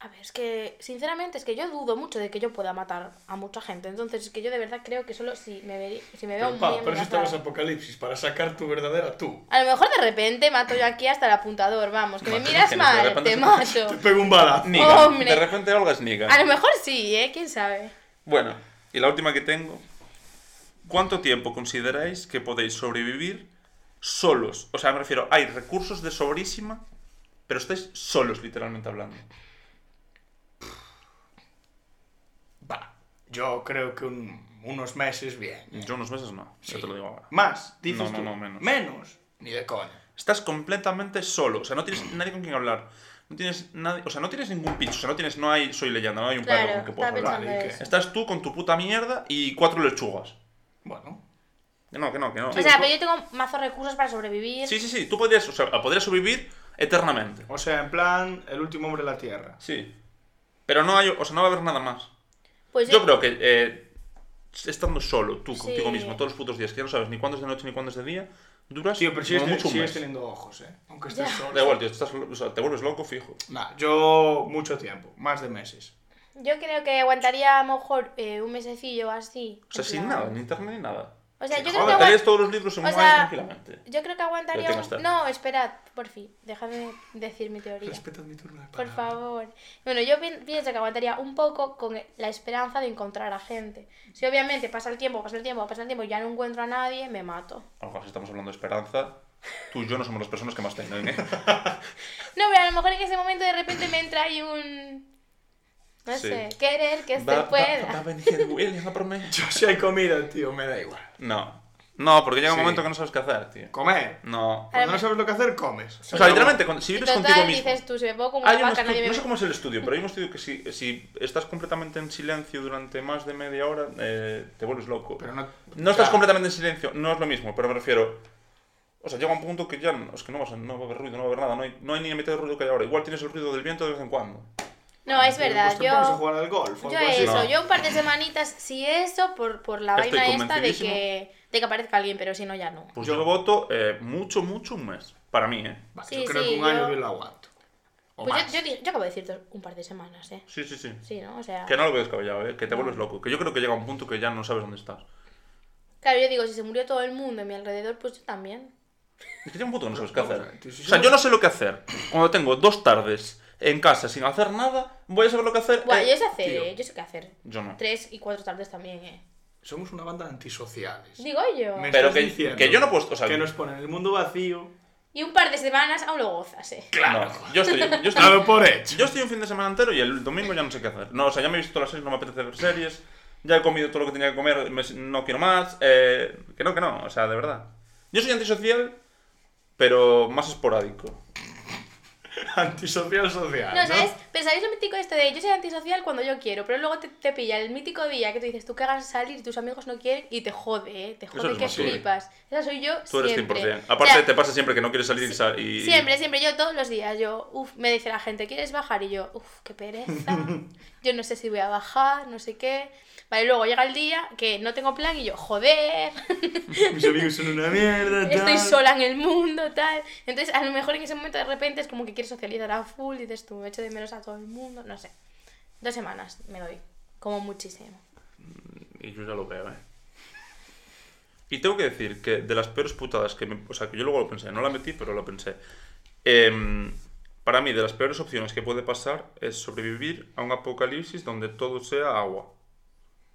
Speaker 2: A ver, es que, sinceramente, es que yo dudo mucho de que yo pueda matar a mucha gente. Entonces, es que yo de verdad creo que solo si me, ve- si me
Speaker 5: Pero,
Speaker 2: veo muy
Speaker 5: pa, para eso están los
Speaker 2: amenazada.
Speaker 5: apocalipsis, para sacar tu verdadera tú.
Speaker 2: A lo mejor de repente mato yo aquí hasta el apuntador, vamos, que me
Speaker 1: Mato,
Speaker 2: miras
Speaker 1: que no, de
Speaker 2: mal,
Speaker 1: repente
Speaker 2: te
Speaker 1: se-
Speaker 2: mato.
Speaker 5: Te pego un balazo.
Speaker 1: Niga.
Speaker 2: Hombre.
Speaker 1: De repente Olga es Niga.
Speaker 2: A lo mejor sí, ¿eh? ¿Quién sabe?
Speaker 1: Bueno, y la última que tengo. ¿Cuánto tiempo consideráis que podéis sobrevivir solos? O sea, me refiero, hay recursos de sobrísima, pero estáis solos, literalmente hablando.
Speaker 3: Va, yo creo que un- unos meses bien.
Speaker 1: Yo unos meses no, yo te lo digo ahora.
Speaker 3: Más,
Speaker 1: No,
Speaker 3: dices
Speaker 1: no,
Speaker 3: tú.
Speaker 1: no, menos.
Speaker 4: Menos.
Speaker 5: Ni de coña.
Speaker 1: Estás completamente solo, o sea, no tienes nadie con quien hablar. No tienes nadie, o sea, no tienes ningún picho, o sea, no tienes, no hay, soy leyenda, no hay un perro
Speaker 2: Claro,
Speaker 1: con que puedas
Speaker 2: estaba
Speaker 1: hablar.
Speaker 2: pensando
Speaker 5: y que-
Speaker 2: eso.
Speaker 1: Estás tú con tu puta mierda y cuatro lechugas.
Speaker 3: Bueno,
Speaker 1: Que no, que no, que no.
Speaker 2: O sea, pero yo tengo mazo recursos para sobrevivir.
Speaker 1: pues- Sí, sí, sí, tú podrías, o sea, podrías sobrevivir eternamente.
Speaker 3: o sea, en plan, el último hombre de la Tierra.
Speaker 1: Sí. Pero no hay, o sea, no va a haber nada más.
Speaker 2: Pues
Speaker 1: Yo creo que eh, estando solo, tú,
Speaker 2: Sí.
Speaker 1: contigo mismo, todos los putos días, que ya no sabes ni cuándo es de noche ni cuándo es de día, duras
Speaker 3: Tío, pero
Speaker 1: como
Speaker 3: sigues,
Speaker 1: mucho un
Speaker 3: sigues
Speaker 1: mes.
Speaker 3: teniendo ojos, ¿eh? Aunque estés
Speaker 2: Ya.
Speaker 1: Da
Speaker 3: solo.
Speaker 1: igual, tío, estás lo- o sea, te vuelves loco fijo.
Speaker 3: Nah, yo mucho tiempo, más de meses.
Speaker 2: Yo creo que aguantaría a lo mejor eh, un mesecillo así.
Speaker 1: O sea,
Speaker 2: en
Speaker 1: sin
Speaker 2: plan.
Speaker 1: nada, ni internet ni nada.
Speaker 2: O sea, yo creo, que
Speaker 1: Joder, te lees
Speaker 2: aguan-
Speaker 1: todos los libros en
Speaker 2: o
Speaker 1: un
Speaker 2: sea,
Speaker 1: año tranquilamente.
Speaker 2: yo creo que aguantaría...
Speaker 1: Pero tengo
Speaker 2: un-
Speaker 1: esta.
Speaker 2: No, esperad, por fin. Déjame decir mi teoría.
Speaker 5: Respetad mi turno de
Speaker 2: Por
Speaker 5: palabra.
Speaker 2: favor. Bueno, yo pi- pienso que aguantaría un poco con la esperanza de encontrar a gente. Si obviamente pasa el tiempo, pasa el tiempo, pasa el tiempo y ya no encuentro a nadie, me mato.
Speaker 1: Ojo, Oh, si estamos hablando de esperanza, tú y yo no somos las personas que más tengan, ¿eh?
Speaker 2: No, pero a lo mejor en ese momento de repente me entra ahí un... No
Speaker 1: Sí.
Speaker 2: sé, querer
Speaker 1: Va-
Speaker 2: que se
Speaker 1: va-
Speaker 2: pueda.
Speaker 1: va a venir William a por mí.
Speaker 5: Yo si hay comida, tío, me da igual.
Speaker 1: No. No, porque llega un
Speaker 3: Sí.
Speaker 1: momento que no sabes qué hacer, tío.
Speaker 3: Comer.
Speaker 1: No.
Speaker 2: A ver,
Speaker 3: Cuando no sabes lo que hacer, comes.
Speaker 1: O sea, literalmente, cuando- si
Speaker 2: Y
Speaker 1: vives
Speaker 2: Ah, total,
Speaker 1: contigo mismo...
Speaker 2: dices tú, si me pongo como
Speaker 1: Hay
Speaker 2: una
Speaker 1: un
Speaker 2: vaca,
Speaker 1: estu-
Speaker 2: nadie me
Speaker 1: no sé
Speaker 2: ve.
Speaker 1: cómo es el estudio, pero hay un estudio que si, si estás completamente en silencio durante más de media hora, eh, te vuelves loco.
Speaker 3: Pero no.
Speaker 1: No estás
Speaker 3: ya.
Speaker 1: completamente en silencio, no es lo mismo, pero me refiero. O sea, llega un punto que ya no- es que no, vas a- no va a haber ruido, no va a haber nada, no hay, no hay ni la mitad de ruido que hay ahora. Igual tienes el ruido del viento de vez en cuando.
Speaker 2: No, es
Speaker 3: Pero,
Speaker 2: verdad,
Speaker 3: pues, te pones a
Speaker 2: yo...
Speaker 3: jugar al golf. o
Speaker 2: Yo
Speaker 3: algo así.
Speaker 2: eso,
Speaker 1: No.
Speaker 2: yo un par de semanitas, si eso, por, por la
Speaker 1: Estoy
Speaker 2: vaina esta de
Speaker 1: convencidísimo.
Speaker 2: que, de que aparezca alguien, pero si no, ya no.
Speaker 1: Pues yo, voto eh, mucho, mucho un mes. Para mí, ¿eh?
Speaker 3: Va,
Speaker 2: Sí,
Speaker 3: yo creo
Speaker 2: sí,
Speaker 3: que un año
Speaker 2: yo-
Speaker 3: yo lo aguanto. O
Speaker 2: Pues
Speaker 3: más.
Speaker 2: yo, yo, di- yo acabo de decirte un par de semanas, ¿eh?
Speaker 1: Sí, sí, sí.
Speaker 2: Sí, ¿no? O sea...
Speaker 1: Que no lo veo descabellado, ¿eh? Que te vuelves loco. Que yo creo que llega un punto que ya no sabes dónde estás.
Speaker 2: Claro, yo digo, si se murió todo el mundo a mi alrededor, pues yo también.
Speaker 1: Es que llega un punto que no sabes qué hacer.
Speaker 5: tío, si
Speaker 1: O sea,
Speaker 5: somos-
Speaker 1: yo no sé lo que hacer. Cuando tengo dos tardes en casa sin hacer nada, voy a saber lo que hacer.
Speaker 2: Buah,
Speaker 1: eh,
Speaker 2: yo sé hacer,
Speaker 5: tío.
Speaker 2: ¿eh? Yo sé qué hacer.
Speaker 1: Yo no.
Speaker 2: Tres y cuatro tardes también, ¿eh?
Speaker 5: Somos una banda de antisociales.
Speaker 2: Digo yo.
Speaker 3: Me-
Speaker 1: Pero
Speaker 3: estás
Speaker 1: que,
Speaker 3: diciendo
Speaker 1: que yo no puedo. O sea,
Speaker 3: Que nos ponen el mundo vacío.
Speaker 2: Y un par de semanas aún lo gozas, ¿eh?
Speaker 1: claro. yo, estoy, yo,
Speaker 5: Dado
Speaker 1: estoy,
Speaker 5: por hecho.
Speaker 1: yo estoy un fin de semana entero y el domingo ya no sé qué hacer. No, o sea, ya me he visto las series, no me apetece ver series. Ya he comido todo lo que tenía que comer, me- no quiero más. eh, que no, que no, o sea, de verdad. Yo soy antisocial, pero más esporádico.
Speaker 5: Antisocial social.
Speaker 2: No, ¿sabes? Pero ¿sabéis lo mítico este de yo soy antisocial cuando yo quiero? Pero luego te, te pilla el mítico día que tú dices, tú que hagas salir y tus amigos no quieren y te jode, ¿eh? Te jode
Speaker 1: eres
Speaker 2: que
Speaker 1: más tú, ¿eh?
Speaker 2: flipas. Esa soy yo
Speaker 1: Tú eres
Speaker 2: siempre.
Speaker 1: 100%.
Speaker 2: O sea,
Speaker 1: Aparte, te pasa siempre que no quieres salir y sa- y.
Speaker 2: Siempre, siempre, yo todos los días, yo, uff, me dice la gente, ¿quieres bajar? Y yo, uff, qué pereza, yo no sé si voy a bajar, no sé qué. Vale, luego llega el día que no tengo plan y yo, joder,
Speaker 3: Mis amigos son una mierda. tal.
Speaker 2: estoy sola en el mundo, tal. Entonces, a lo mejor en ese momento de repente es como que quieres socializar a full, dices tú, echo de menos a todo el mundo, no sé. Dos semanas me doy, como muchísimo.
Speaker 1: Y yo ya lo veo, eh. Y tengo que decir que de las peores putadas que me- O sea, que yo luego lo pensé, no la metí, pero lo pensé. Em, para mí, de las peores opciones que puede pasar es sobrevivir a un apocalipsis donde todo sea agua.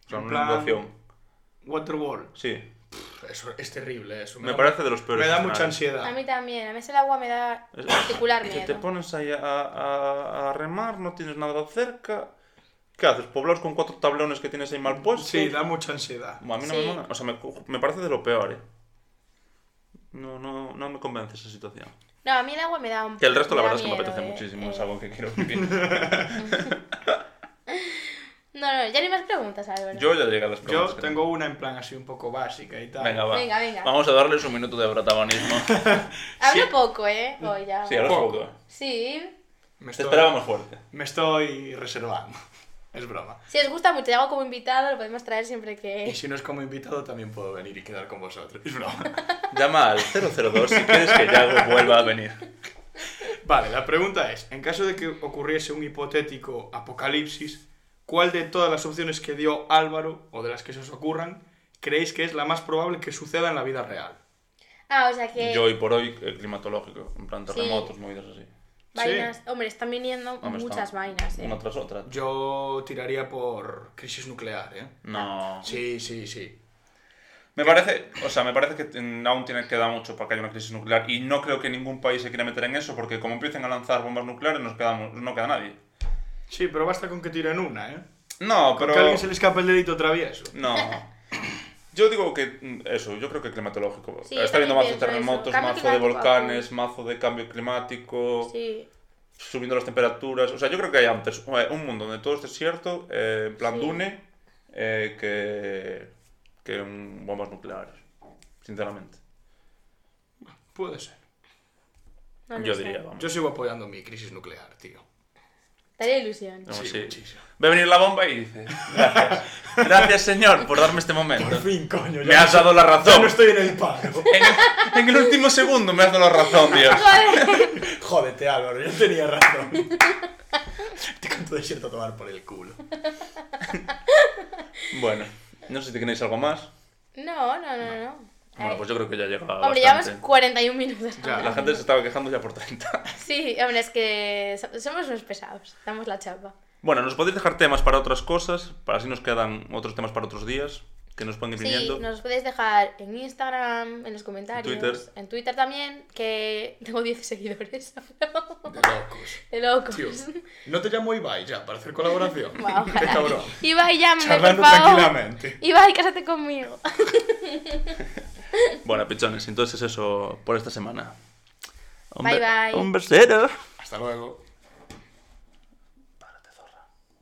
Speaker 1: O sea,
Speaker 3: En
Speaker 1: una
Speaker 3: plan-
Speaker 1: inundación.
Speaker 3: Waterworld.
Speaker 1: Sí,
Speaker 5: Eso es terrible, eso.
Speaker 1: me
Speaker 5: da-
Speaker 1: parece de los peores.
Speaker 3: Me da mucha
Speaker 1: escenarios.
Speaker 3: ansiedad.
Speaker 2: A mí también, a mí el agua me da particular
Speaker 1: Ah. Que te
Speaker 2: miedo.
Speaker 1: pones ahí a, a- a remar, no tienes nada cerca. ¿Qué haces? ¿Poblados con cuatro tablones que tienes ahí mal puestos?
Speaker 3: Sí, da mucha ansiedad.
Speaker 1: A mí no
Speaker 2: Sí.
Speaker 1: me mola. O sea, me, me parece de lo peor, eh. No, no, no me convence esa situación.
Speaker 2: No, a mí el agua me da un
Speaker 1: Que el resto, la
Speaker 2: me da ¿eh?
Speaker 1: verdad, es que me
Speaker 2: miedo,
Speaker 1: apetece
Speaker 2: eh,
Speaker 1: muchísimo.
Speaker 2: eh.
Speaker 1: Es algo que quiero vivir.
Speaker 2: No, no, ya no hay más preguntas, Álvaro.
Speaker 1: Yo ya llegué a las preguntas.
Speaker 3: Yo
Speaker 1: que
Speaker 3: tengo una en plan así un poco básica y
Speaker 1: tengo.
Speaker 3: tal.
Speaker 1: Venga, va.
Speaker 2: Venga, venga.
Speaker 1: Vamos a darles un minuto de protagonismo.
Speaker 2: Hablo poco, ¿eh? Hoy ya.
Speaker 1: Sí, ahora es
Speaker 3: Poco.
Speaker 1: poco.
Speaker 2: Sí.
Speaker 3: Me
Speaker 1: Te
Speaker 3: estoy,
Speaker 1: esperábamos fuerte.
Speaker 3: me estoy reservando. Es broma.
Speaker 2: Si os gusta mucho, hago como invitado, lo podemos traer siempre
Speaker 3: Y
Speaker 2: que.
Speaker 3: si no es como invitado también.
Speaker 4: También puedo venir y quedar con vosotros.
Speaker 3: Es broma.
Speaker 1: Llama al 002 si quieres que Yago vuelva a venir.
Speaker 3: Vale, la pregunta es, en caso de que ocurriese un hipotético apocalipsis, ¿cuál de todas las opciones que dio Álvaro, o de las que se os ocurran, creéis que es la más probable que suceda en la vida real?
Speaker 2: Ah, o sea que.
Speaker 1: Yo hoy por hoy, eh, climatológico, en plan
Speaker 2: Sí.
Speaker 1: terremotos, movidas así.
Speaker 2: Vainas. Hombre, están viniendo
Speaker 1: No me está-
Speaker 2: muchas vainas, ¿eh?
Speaker 1: Una tras otra.
Speaker 4: Yo tiraría por crisis nuclear, ¿eh?
Speaker 1: No.
Speaker 4: Sí, sí, sí.
Speaker 1: Me parece, o sea, me parece que mm, aún tiene que dar mucho para que haya una crisis nuclear y no creo que ningún país se quiera meter en eso porque como empiecen a lanzar bombas nucleares nos quedamos, no queda nadie.
Speaker 3: Sí, pero basta con que tiren una, ¿eh?
Speaker 1: No,
Speaker 3: Con
Speaker 1: pero
Speaker 3: Que a alguien se le escape el dedito travieso.
Speaker 1: no. Yo digo que mm, eso, yo creo que climatológico.
Speaker 2: Sí, yo
Speaker 1: Está habiendo mazo
Speaker 2: también
Speaker 1: de
Speaker 2: pienso eso.
Speaker 1: terremotos,
Speaker 2: Cambio
Speaker 1: mazo de
Speaker 2: climático,
Speaker 1: volcanes, mazo de cambio climático,
Speaker 2: Sí.
Speaker 1: subiendo las temperaturas. O sea, yo creo que hay antes eh, un mundo donde todo es desierto, eh, en plan
Speaker 2: Sí.
Speaker 1: Dune, eh, que, que un- bombas nucleares. Sinceramente.
Speaker 3: Puede ser.
Speaker 2: No lo
Speaker 1: yo
Speaker 2: sé.
Speaker 1: diría, vamos.
Speaker 4: Yo sigo apoyando mi crisis nuclear, tío.
Speaker 2: Daría ilusión.
Speaker 1: No,
Speaker 4: Sí,
Speaker 1: sí.
Speaker 4: muchísimo.
Speaker 1: Ve a venir la bomba y dice, gracias. Gracias, señor, por darme este momento.
Speaker 4: fin, coño.
Speaker 1: Me has dado la
Speaker 4: ya
Speaker 1: razón.
Speaker 4: no estoy en el paro.
Speaker 1: En, en el último segundo me has dado la razón, Dios.
Speaker 2: Joder.
Speaker 4: Jódete, Álvaro, yo tenía razón. Te canto desierto a tomar por el culo.
Speaker 1: Bueno, no sé si tenéis algo más.
Speaker 2: No, no, no, no.
Speaker 1: Bueno,
Speaker 2: Ay.
Speaker 1: pues yo creo que ya llega
Speaker 2: Hombre, llevamos
Speaker 1: bastante.
Speaker 2: 41 minutos.
Speaker 3: Ya,
Speaker 1: La gente se estaba quejando ya por 30.
Speaker 2: Sí, hombre, es que so- somos unos pesados. Damos la chapa.
Speaker 1: Bueno, nos podéis dejar temas para otras cosas, para así nos quedan otros temas para otros días, que nos pueden ir
Speaker 2: Sí,
Speaker 1: viniendo.
Speaker 2: nos podéis dejar en Instagram, en los comentarios,
Speaker 1: Twitter.
Speaker 2: en Twitter también, que tengo 10 seguidores.
Speaker 4: De locos.
Speaker 2: De locos.
Speaker 4: Tío, no te llamo Ibai ya para hacer colaboración.
Speaker 2: Guau,
Speaker 4: Qué
Speaker 2: ojalá.
Speaker 4: cabrón.
Speaker 2: Ibai, llámame, por
Speaker 4: Charlando
Speaker 2: favor.
Speaker 4: tranquilamente.
Speaker 2: Ibai, cásate conmigo.
Speaker 1: Bueno, pichones, entonces eso por esta semana. Un
Speaker 2: Bye,
Speaker 1: be-
Speaker 2: bye.
Speaker 1: Un besero.
Speaker 4: Hasta luego.